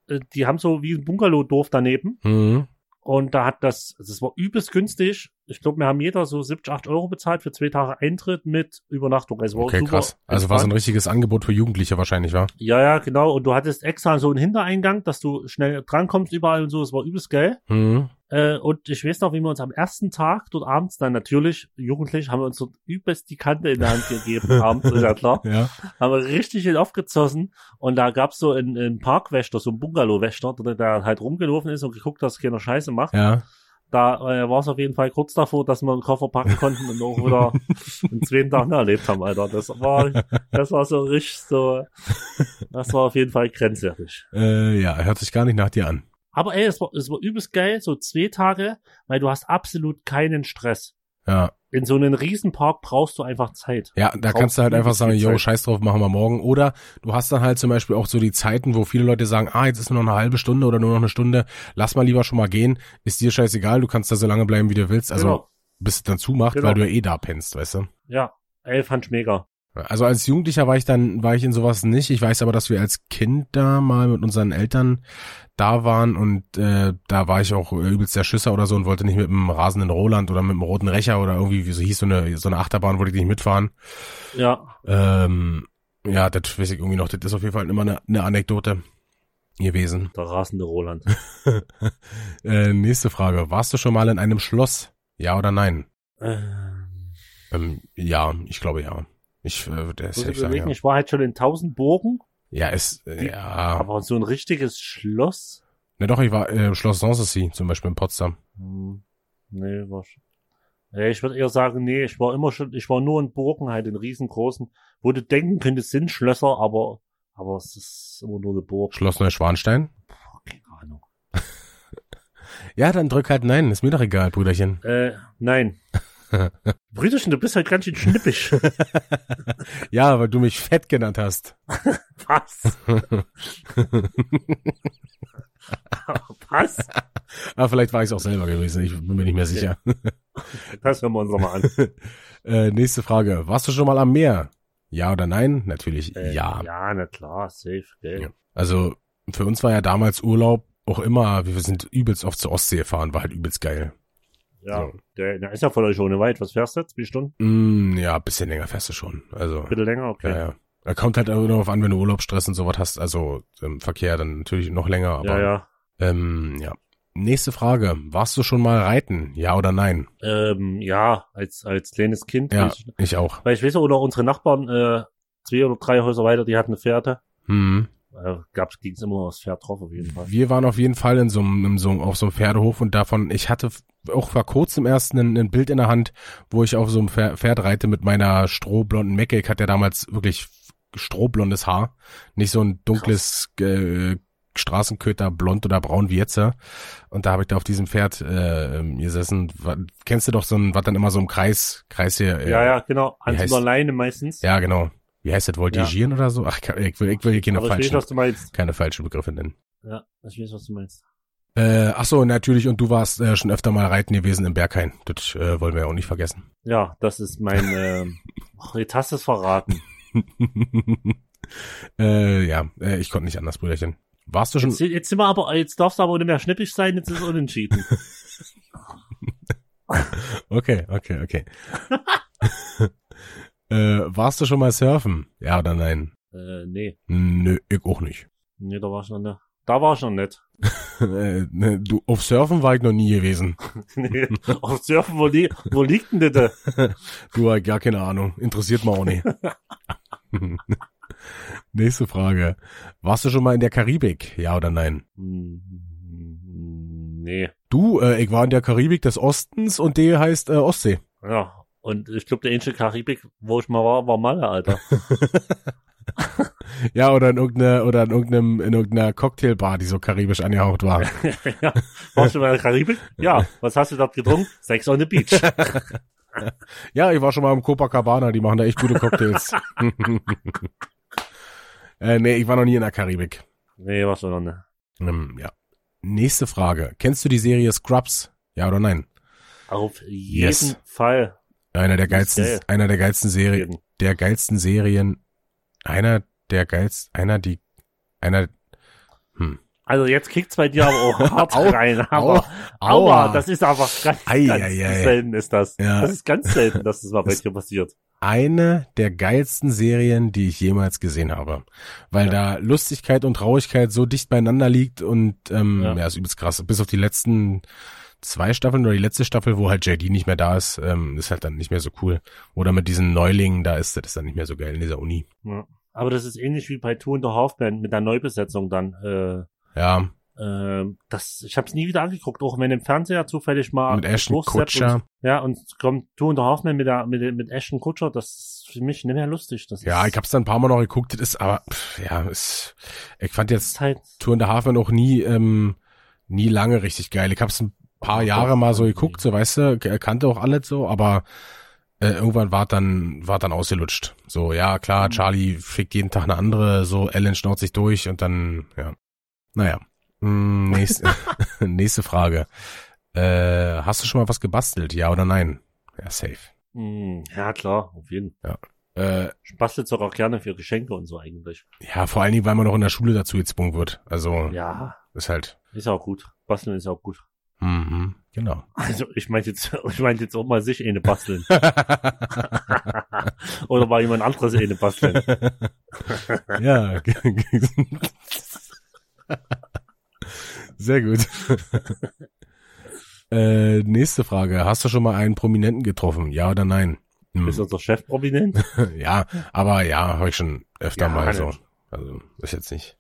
S2: Äh, Die haben so wie ein Bungalow-Dorf daneben.
S1: Mhm.
S2: Und da hat das, das war übelst günstig. Ich glaube, wir haben jeder so 70, 8 Euro bezahlt für zwei Tage Eintritt mit Übernachtung. Also war
S1: Okay,
S2: super
S1: krass. Also war so ein
S2: entspannt.
S1: richtiges Angebot für Jugendliche wahrscheinlich, war?
S2: Ja, ja, genau. Und du hattest extra so einen Hintereingang, dass du schnell drankommst überall und so. Es war übelst geil.
S1: Mhm.
S2: Äh, und ich weiß noch, wie wir uns am ersten Tag dort abends dann natürlich, jugendlich, haben wir uns dort übelst die Kante in der Hand gegeben. abends, ist ja klar.
S1: Ja.
S2: Haben wir richtig ihn aufgezossen. Und da gab's so einen, einen Parkwächter, so einen Bungalow-Wächter, der, der halt rumgelaufen ist und geguckt, dass keiner Scheiße macht.
S1: Ja.
S2: da äh, war es auf jeden Fall kurz davor, dass wir einen Koffer packen konnten und auch wieder einen zweiten Tag mehr erlebt haben, Alter. Das war, das war so richtig so, das war auf jeden Fall grenzwertig.
S1: Äh, ja, hört sich gar nicht nach dir an.
S2: Aber ey, es war, es war übelst geil, so zwei Tage, weil du hast absolut keinen Stress.
S1: Ja,
S2: In so einem Riesenpark brauchst du einfach Zeit.
S1: ja, da
S2: Braucht
S1: kannst du halt
S2: übelst
S1: einfach sagen,
S2: viel
S1: yo,
S2: Zeit.
S1: scheiß drauf, machen wir morgen. Oder du hast dann halt zum Beispiel auch so die Zeiten, wo viele Leute sagen, ah, jetzt ist nur noch eine halbe Stunde oder nur noch eine Stunde, lass mal lieber schon mal gehen, ist dir scheißegal, du kannst da so lange bleiben, wie du willst. Also
S2: Genau.
S1: bis es dann zumacht,
S2: Genau.
S1: weil du ja eh da pennst, weißt du?
S2: Ja, ey, fand ich mega.
S1: Also als Jugendlicher war ich dann, war ich in sowas nicht. Ich weiß aber, dass wir als Kind da mal mit unseren Eltern da waren und äh, da war ich auch übelst der Schisser oder so und wollte nicht mit dem rasenden Roland oder mit dem roten Recher oder irgendwie, wie so hieß so eine, so eine Achterbahn, wollte ich nicht mitfahren.
S2: Ja,
S1: Ähm, ja, das weiß ich irgendwie noch. Das ist auf jeden Fall immer eine, eine Anekdote gewesen.
S2: der rasende Roland.
S1: Äh, nächste Frage. Warst du schon mal in einem Schloss? Ja oder nein?
S2: Ähm,
S1: Ähm, ja, ich glaube ja. Ich äh, würde
S2: muss ich,
S1: ich sagen,
S2: überlegen,
S1: ja.
S2: ich war halt schon in tausend Burgen,
S1: ja, ist, äh, ja.
S2: aber so ein richtiges Schloss.
S1: Ne, doch, ich war äh, im Schloss Sanssouci, zum Beispiel in Potsdam.
S2: Hm. Nee, war schon. Ja, ich würde eher sagen, nee, ich war immer schon, ich war nur in Burgen halt, in riesengroßen, wo du denken könntest, sind Schlösser, aber, aber es ist immer nur eine Burg.
S1: Schloss Neuschwanstein?
S2: Puh, keine Ahnung.
S1: Ja, dann drück halt nein, ist mir doch egal, Brüderchen.
S2: Äh, nein. Brüderchen, du bist halt ganz schön schnippisch.
S1: Ja, weil du mich fett genannt hast.
S2: Was? Was?
S1: Aber vielleicht war ich es auch selber gewesen, ich bin mir nicht mehr sicher.
S2: Das hören wir uns nochmal an.
S1: Äh, nächste Frage. Warst du schon mal am Meer? Ja oder nein? Natürlich
S2: Äh,
S1: ja.
S2: Ja, na klar, safe, gell.
S1: Ja. Also für uns war ja damals Urlaub auch immer, wir sind übelst oft zur Ostsee gefahren, war halt übelst geil.
S2: Ja,
S1: So.
S2: der, der ist ja von euch ohne weit. Was fährst du jetzt? Wie Stunden?
S1: Mm, ja, bisschen länger fährst du schon. Also,
S2: Ein bisschen länger? Okay.
S1: ja, ja. Da kommt halt auch darauf an, wenn du Urlaubsstress und sowas hast, also im Verkehr dann natürlich noch länger, aber
S2: ja. ja.
S1: Ähm, ja. Nächste Frage. Warst du schon mal reiten? Ja oder nein?
S2: Ähm, ja, als, als kleines Kind.
S1: Ja,
S2: Ich,
S1: ich auch.
S2: weil ich weiß auch noch, unsere Nachbarn, äh, zwei oder drei Häuser weiter, die hatten eine Pferde.
S1: Hm.
S2: Äh, gab's, ging's immer aufs Pferd drauf, auf jeden Fall.
S1: Wir waren auf jeden Fall in so einem, in so, einem- auf so einem Pferdehof und davon, ich hatte f- auch vor kurzem erst ein, ein Bild in der Hand, wo ich auf so einem Pfer- Pferd reite mit meiner strohblonden Mecke. Ich hatte ja damals wirklich strohblondes Haar. Nicht so ein dunkles äh, Straßenköter, blond oder braun wie jetzt. ja. Und da habe ich da auf diesem Pferd äh, gesessen. Wa- Kennst du doch so ein, was dann immer so im Kreis, Kreis hier. äh,
S2: Ja, ja, genau. Hans
S1: heißt-
S2: über Leine meistens.
S1: Ja, genau. Wie heißt das? Voltigieren oder so? Ach, ich ich will, ich will hier keine
S2: Aber ich weiß,
S1: falschen,
S2: was du meinst.
S1: keine falschen Begriffe nennen.
S2: Ja, ich weiß, was du meinst.
S1: Äh, ach so, natürlich. Und du warst äh, schon öfter mal reiten gewesen im Berghain. Das äh, wollen wir ja auch nicht vergessen.
S2: Ja, das ist mein, ähm, ach, jetzt hast du es verraten.
S1: äh, ja, äh, ich konnte nicht anders, Brüderchen. Warst du schon?
S2: Jetzt, jetzt sind wir aber, jetzt darfst du aber nicht mehr schnippisch sein, jetzt ist es unentschieden.
S1: Okay, okay, okay. äh, warst du schon mal surfen? Ja oder nein?
S2: äh, nee.
S1: Nö, ich auch nicht.
S2: Nee, da war ich noch nicht. Da war ich noch nicht.
S1: Äh, ne, du, auf Surfen war ich noch nie gewesen.
S2: Nee, auf Surfen, wo, li wo liegt denn das da?
S1: Du, äh, gar keine Ahnung. Interessiert mich auch nicht. Nächste Frage. Warst du schon mal in der Karibik? Ja oder nein?
S2: Hm, Mm, Nee.
S1: Du, äh, ich war in der Karibik des Ostens und die heißt äh, Ostsee.
S2: Ja. Und ich glaube, der ähnliche Karibik, wo ich mal war, war Malle, Alter.
S1: Ja, oder in irgendeiner oder in irgendeinem in irgendeiner Cocktailbar, die so karibisch angehaucht war.
S2: ja. Warst du mal in der Karibik? Ja. Was hast du dort getrunken? Sex on the Beach.
S1: ja, ich war schon mal im Copacabana, die machen da echt gute Cocktails. äh, nee, ich war noch nie in der Karibik.
S2: Nee, warst du noch nicht.
S1: Ähm, ja. Nächste Frage. Kennst du die Serie Scrubs? Ja oder nein?
S2: Auf jeden
S1: Yes.
S2: Fall.
S1: Einer der geilsten,
S2: Geil.
S1: einer der geilsten Serien,
S2: Jeden.
S1: der geilsten Serien, einer der geilsten, einer die, einer,
S2: Also jetzt kickt's bei dir aber auch hart
S1: Au,
S2: rein. Aber,
S1: aua,
S2: aua, das ist einfach ganz,
S1: Ei,
S2: ganz
S1: ei, ei.
S2: selten ist das.
S1: Ja.
S2: Das ist ganz selten, dass das mal bei
S1: Das-
S2: dir passiert.
S1: eine der geilsten Serien, die ich jemals gesehen habe, weil da Lustigkeit und Traurigkeit so dicht beieinander liegt und ähm, ja.
S2: Ja.
S1: ist übelst krass. Bis auf die letzten zwei Staffeln oder die letzte Staffel, wo halt JD nicht mehr da ist, ähm, ist halt dann nicht mehr so cool. Oder mit diesen Neulingen, da ist das dann nicht mehr so geil in dieser Uni.
S2: Aber das ist ähnlich wie bei Two and the Half Man mit der Neubesetzung dann. Äh,
S1: Ja,
S2: Ähm, das, ich habe es nie wieder angeguckt, auch wenn im Fernseher zufällig mal
S1: mit Ashton
S2: durchsappt
S1: Kutcher.
S2: Ah, Und, ja, und kommt du und der Hoffmann mit, der, mit, der- mit Ashton Kutcher, das ist für mich nicht mehr lustig. Das
S1: Ja,
S2: ist,
S1: ich hab's dann ein paar Mal noch geguckt, das ist aber, pff, ja, ist, ich fand
S2: das
S1: jetzt
S2: ist halt,
S1: Tour in der Hafen auch nie, ähm, nie lange richtig geil. Ich hab's ein paar Jahre mal so geguckt, so weißt du, k- kannte auch alles so, aber äh, irgendwann war dann, war dann ausgelutscht. So, ja, klar,
S2: Mhm.
S1: Charlie fickt jeden Tag eine andere, so Ellen schnaut sich durch und dann, ja. Naja. Mm, nächste, nächste Frage. Äh, hast du schon mal was gebastelt, ja oder nein? Ja, safe.
S2: mh, ja hm, klar, auf jeden Fall.
S1: Ja. Äh,
S2: Spastelt's doch auch gerne für Geschenke und so eigentlich.
S1: ja, vor allen Dingen, weil man auch in der Schule dazu gezwungen wird. Also
S2: Ja,
S1: ist halt.
S2: ist auch gut. Basteln ist auch gut.
S1: Mhm, genau.
S2: Also ich meinte jetzt, ich meinte jetzt auch mal sich eine basteln. Oder mal jemand anderes eine basteln.
S1: ja. ge- ge- Sehr gut. äh, nächste Frage. Hast du schon mal einen Prominenten getroffen? Ja oder nein? Hm.
S2: Ist unser Chef prominent?
S1: Ja, aber ja, habe ich schon öfter
S2: Ja, halt.
S1: mal
S2: Alter.
S1: so. Also ist jetzt nicht.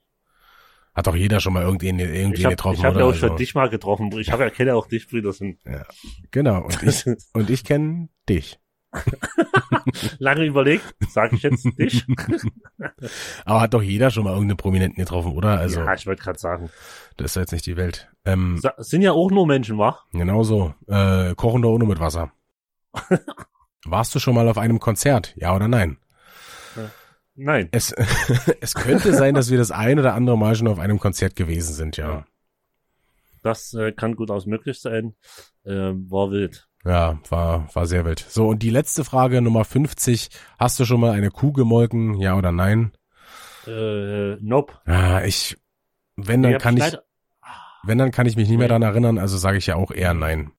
S1: Hat doch jeder schon mal irgendwen, irgendwen
S2: Ich habe
S1: getroffen,
S2: hab ja
S1: oder?
S2: auch schon
S1: Also,
S2: dich mal getroffen. Ich habe ja kenne auch dich, Brüdersen.
S1: Genau, und ich, und ich kenne dich.
S2: Lange überlegt, sage ich jetzt dich?
S1: Aber hat doch jeder schon mal irgendeinen Prominenten getroffen, oder? Also,
S2: ja, halt. ich wollte gerade sagen.
S1: das ist jetzt nicht die Welt. Ähm,
S2: Sa sind ja auch nur Menschen, wa?
S1: Genau so. Äh, kochen da ohne mit Wasser. Warst du schon mal auf einem Konzert? Ja oder nein?
S2: Nein.
S1: Es, es könnte sein, dass wir das ein oder andere Mal schon auf einem Konzert gewesen sind, ja.
S2: Das äh, kann gut aus möglich sein. Ähm, war wild.
S1: Ja, war, war sehr wild. So, und die letzte Frage, Nummer 50. Hast du schon mal eine Kuh gemolken? Ja oder nein?
S2: Äh, nope.
S1: Ah, ich, wenn dann
S2: hab
S1: kann ich,
S2: leider-
S1: wenn dann kann ich mich nicht mehr daran erinnern, also sage ich ja auch eher nein.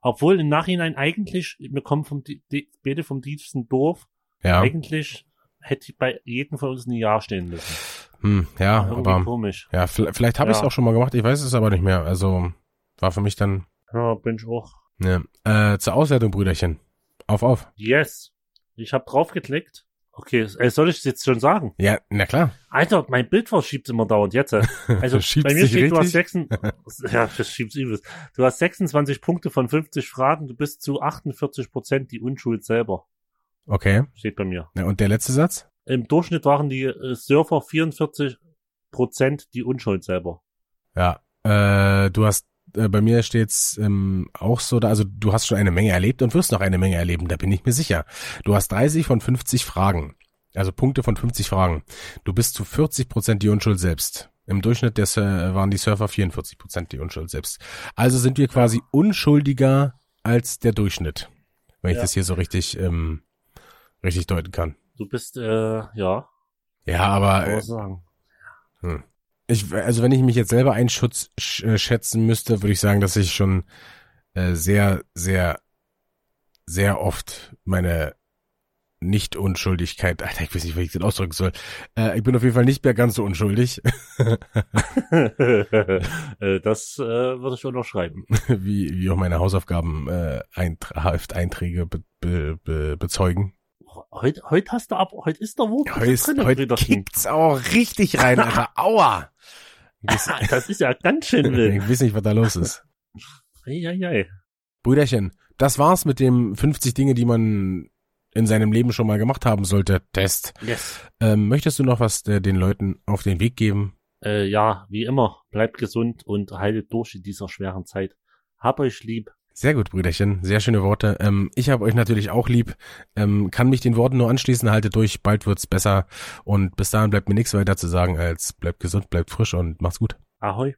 S2: Obwohl im Nachhinein eigentlich, wir kommen vom die- die- beide vom tiefsten Dorf,
S1: Ja,
S2: eigentlich hätte ich bei jedem von uns ein Jahr stehen müssen.
S1: hm, ja,
S2: Irgendwie
S1: aber,
S2: komisch.
S1: ja, vielleicht, vielleicht habe ich es
S2: Ja.
S1: auch schon mal gemacht, ich weiß es aber nicht mehr. Also, war für mich dann
S2: Ja, bin ich auch.
S1: Ja. Äh, zur Auswertung, Brüderchen. Auf, auf.
S2: Yes. Ich habe draufgeklickt. Okay, äh, soll ich es jetzt schon sagen?
S1: Ja, na klar.
S2: Alter, mein Bild verschiebt immer dauernd jetzt. äh. Also
S1: Das schiebt
S2: bei mir
S1: sich
S2: steht, du hast,
S1: richtig?
S2: 26, ja, das schiebt's übelst. du hast 26 Punkte von 50 Fragen, du bist zu 48 Prozent die Unschuld selber,
S1: Okay.
S2: steht bei mir.
S1: Na, und der letzte Satz?
S2: Im Durchschnitt waren die äh, Surfer 44 Prozent die Unschuld selber.
S1: Ja. Äh, du hast, äh, bei mir steht's ähm, auch so da, also du hast schon eine Menge erlebt und wirst noch eine Menge erleben, da bin ich mir sicher. Du hast 30 von 50 Fragen. Also Punkte von 50 Fragen. Du bist zu 40 Prozent die Unschuld selbst. Im Durchschnitt des, äh, waren die Surfer 44 Prozent die Unschuld selbst. Also sind wir quasi unschuldiger als der Durchschnitt. Wenn ich
S2: Ja.
S1: das hier so richtig, ähm, richtig deuten kann.
S2: Du bist, äh, ja,
S1: Ja, aber
S2: kann man
S1: äh,
S2: sagen.
S1: ich, also wenn ich mich jetzt selber einschutz sch, äh, schätzen müsste, würde ich sagen, dass ich schon äh, sehr, sehr, sehr oft meine Nicht-Unschuldigkeit, Alter, ich weiß nicht, wie ich das ausdrücken soll. Äh, ich bin auf jeden Fall nicht mehr ganz so unschuldig,
S2: Äh, das äh, würde ich unterschreiben.
S1: wie, wie auch meine Hausaufgaben äh, Eintra- Hafteinträge be, be, be, bezeugen.
S2: Heute, heute hast du ab, heute ist der Wurm
S1: Heus, heute kickt's auch richtig rein, Alter. Aua! Ich weiß,
S2: Ah, Das ist ja ganz schön wild.
S1: ich weiß nicht, was da los ist.
S2: Eieiei.
S1: Brüderchen, das war's mit dem 50 Dinge, die man in seinem Leben schon mal gemacht haben sollte. Test.
S2: Yes.
S1: Ähm, möchtest du noch was äh, den Leuten auf den Weg geben?
S2: Äh, ja, wie immer, bleibt gesund und haltet durch in dieser schweren Zeit. Hab euch lieb.
S1: Sehr gut, Brüderchen. Sehr schöne Worte. Ähm, ich habe euch natürlich auch lieb. Ähm, kann mich den Worten nur anschließen. Haltet durch. Bald wird's besser. Und bis dahin bleibt mir nichts weiter zu sagen als bleibt gesund, bleibt frisch und macht's gut.
S2: Ahoi.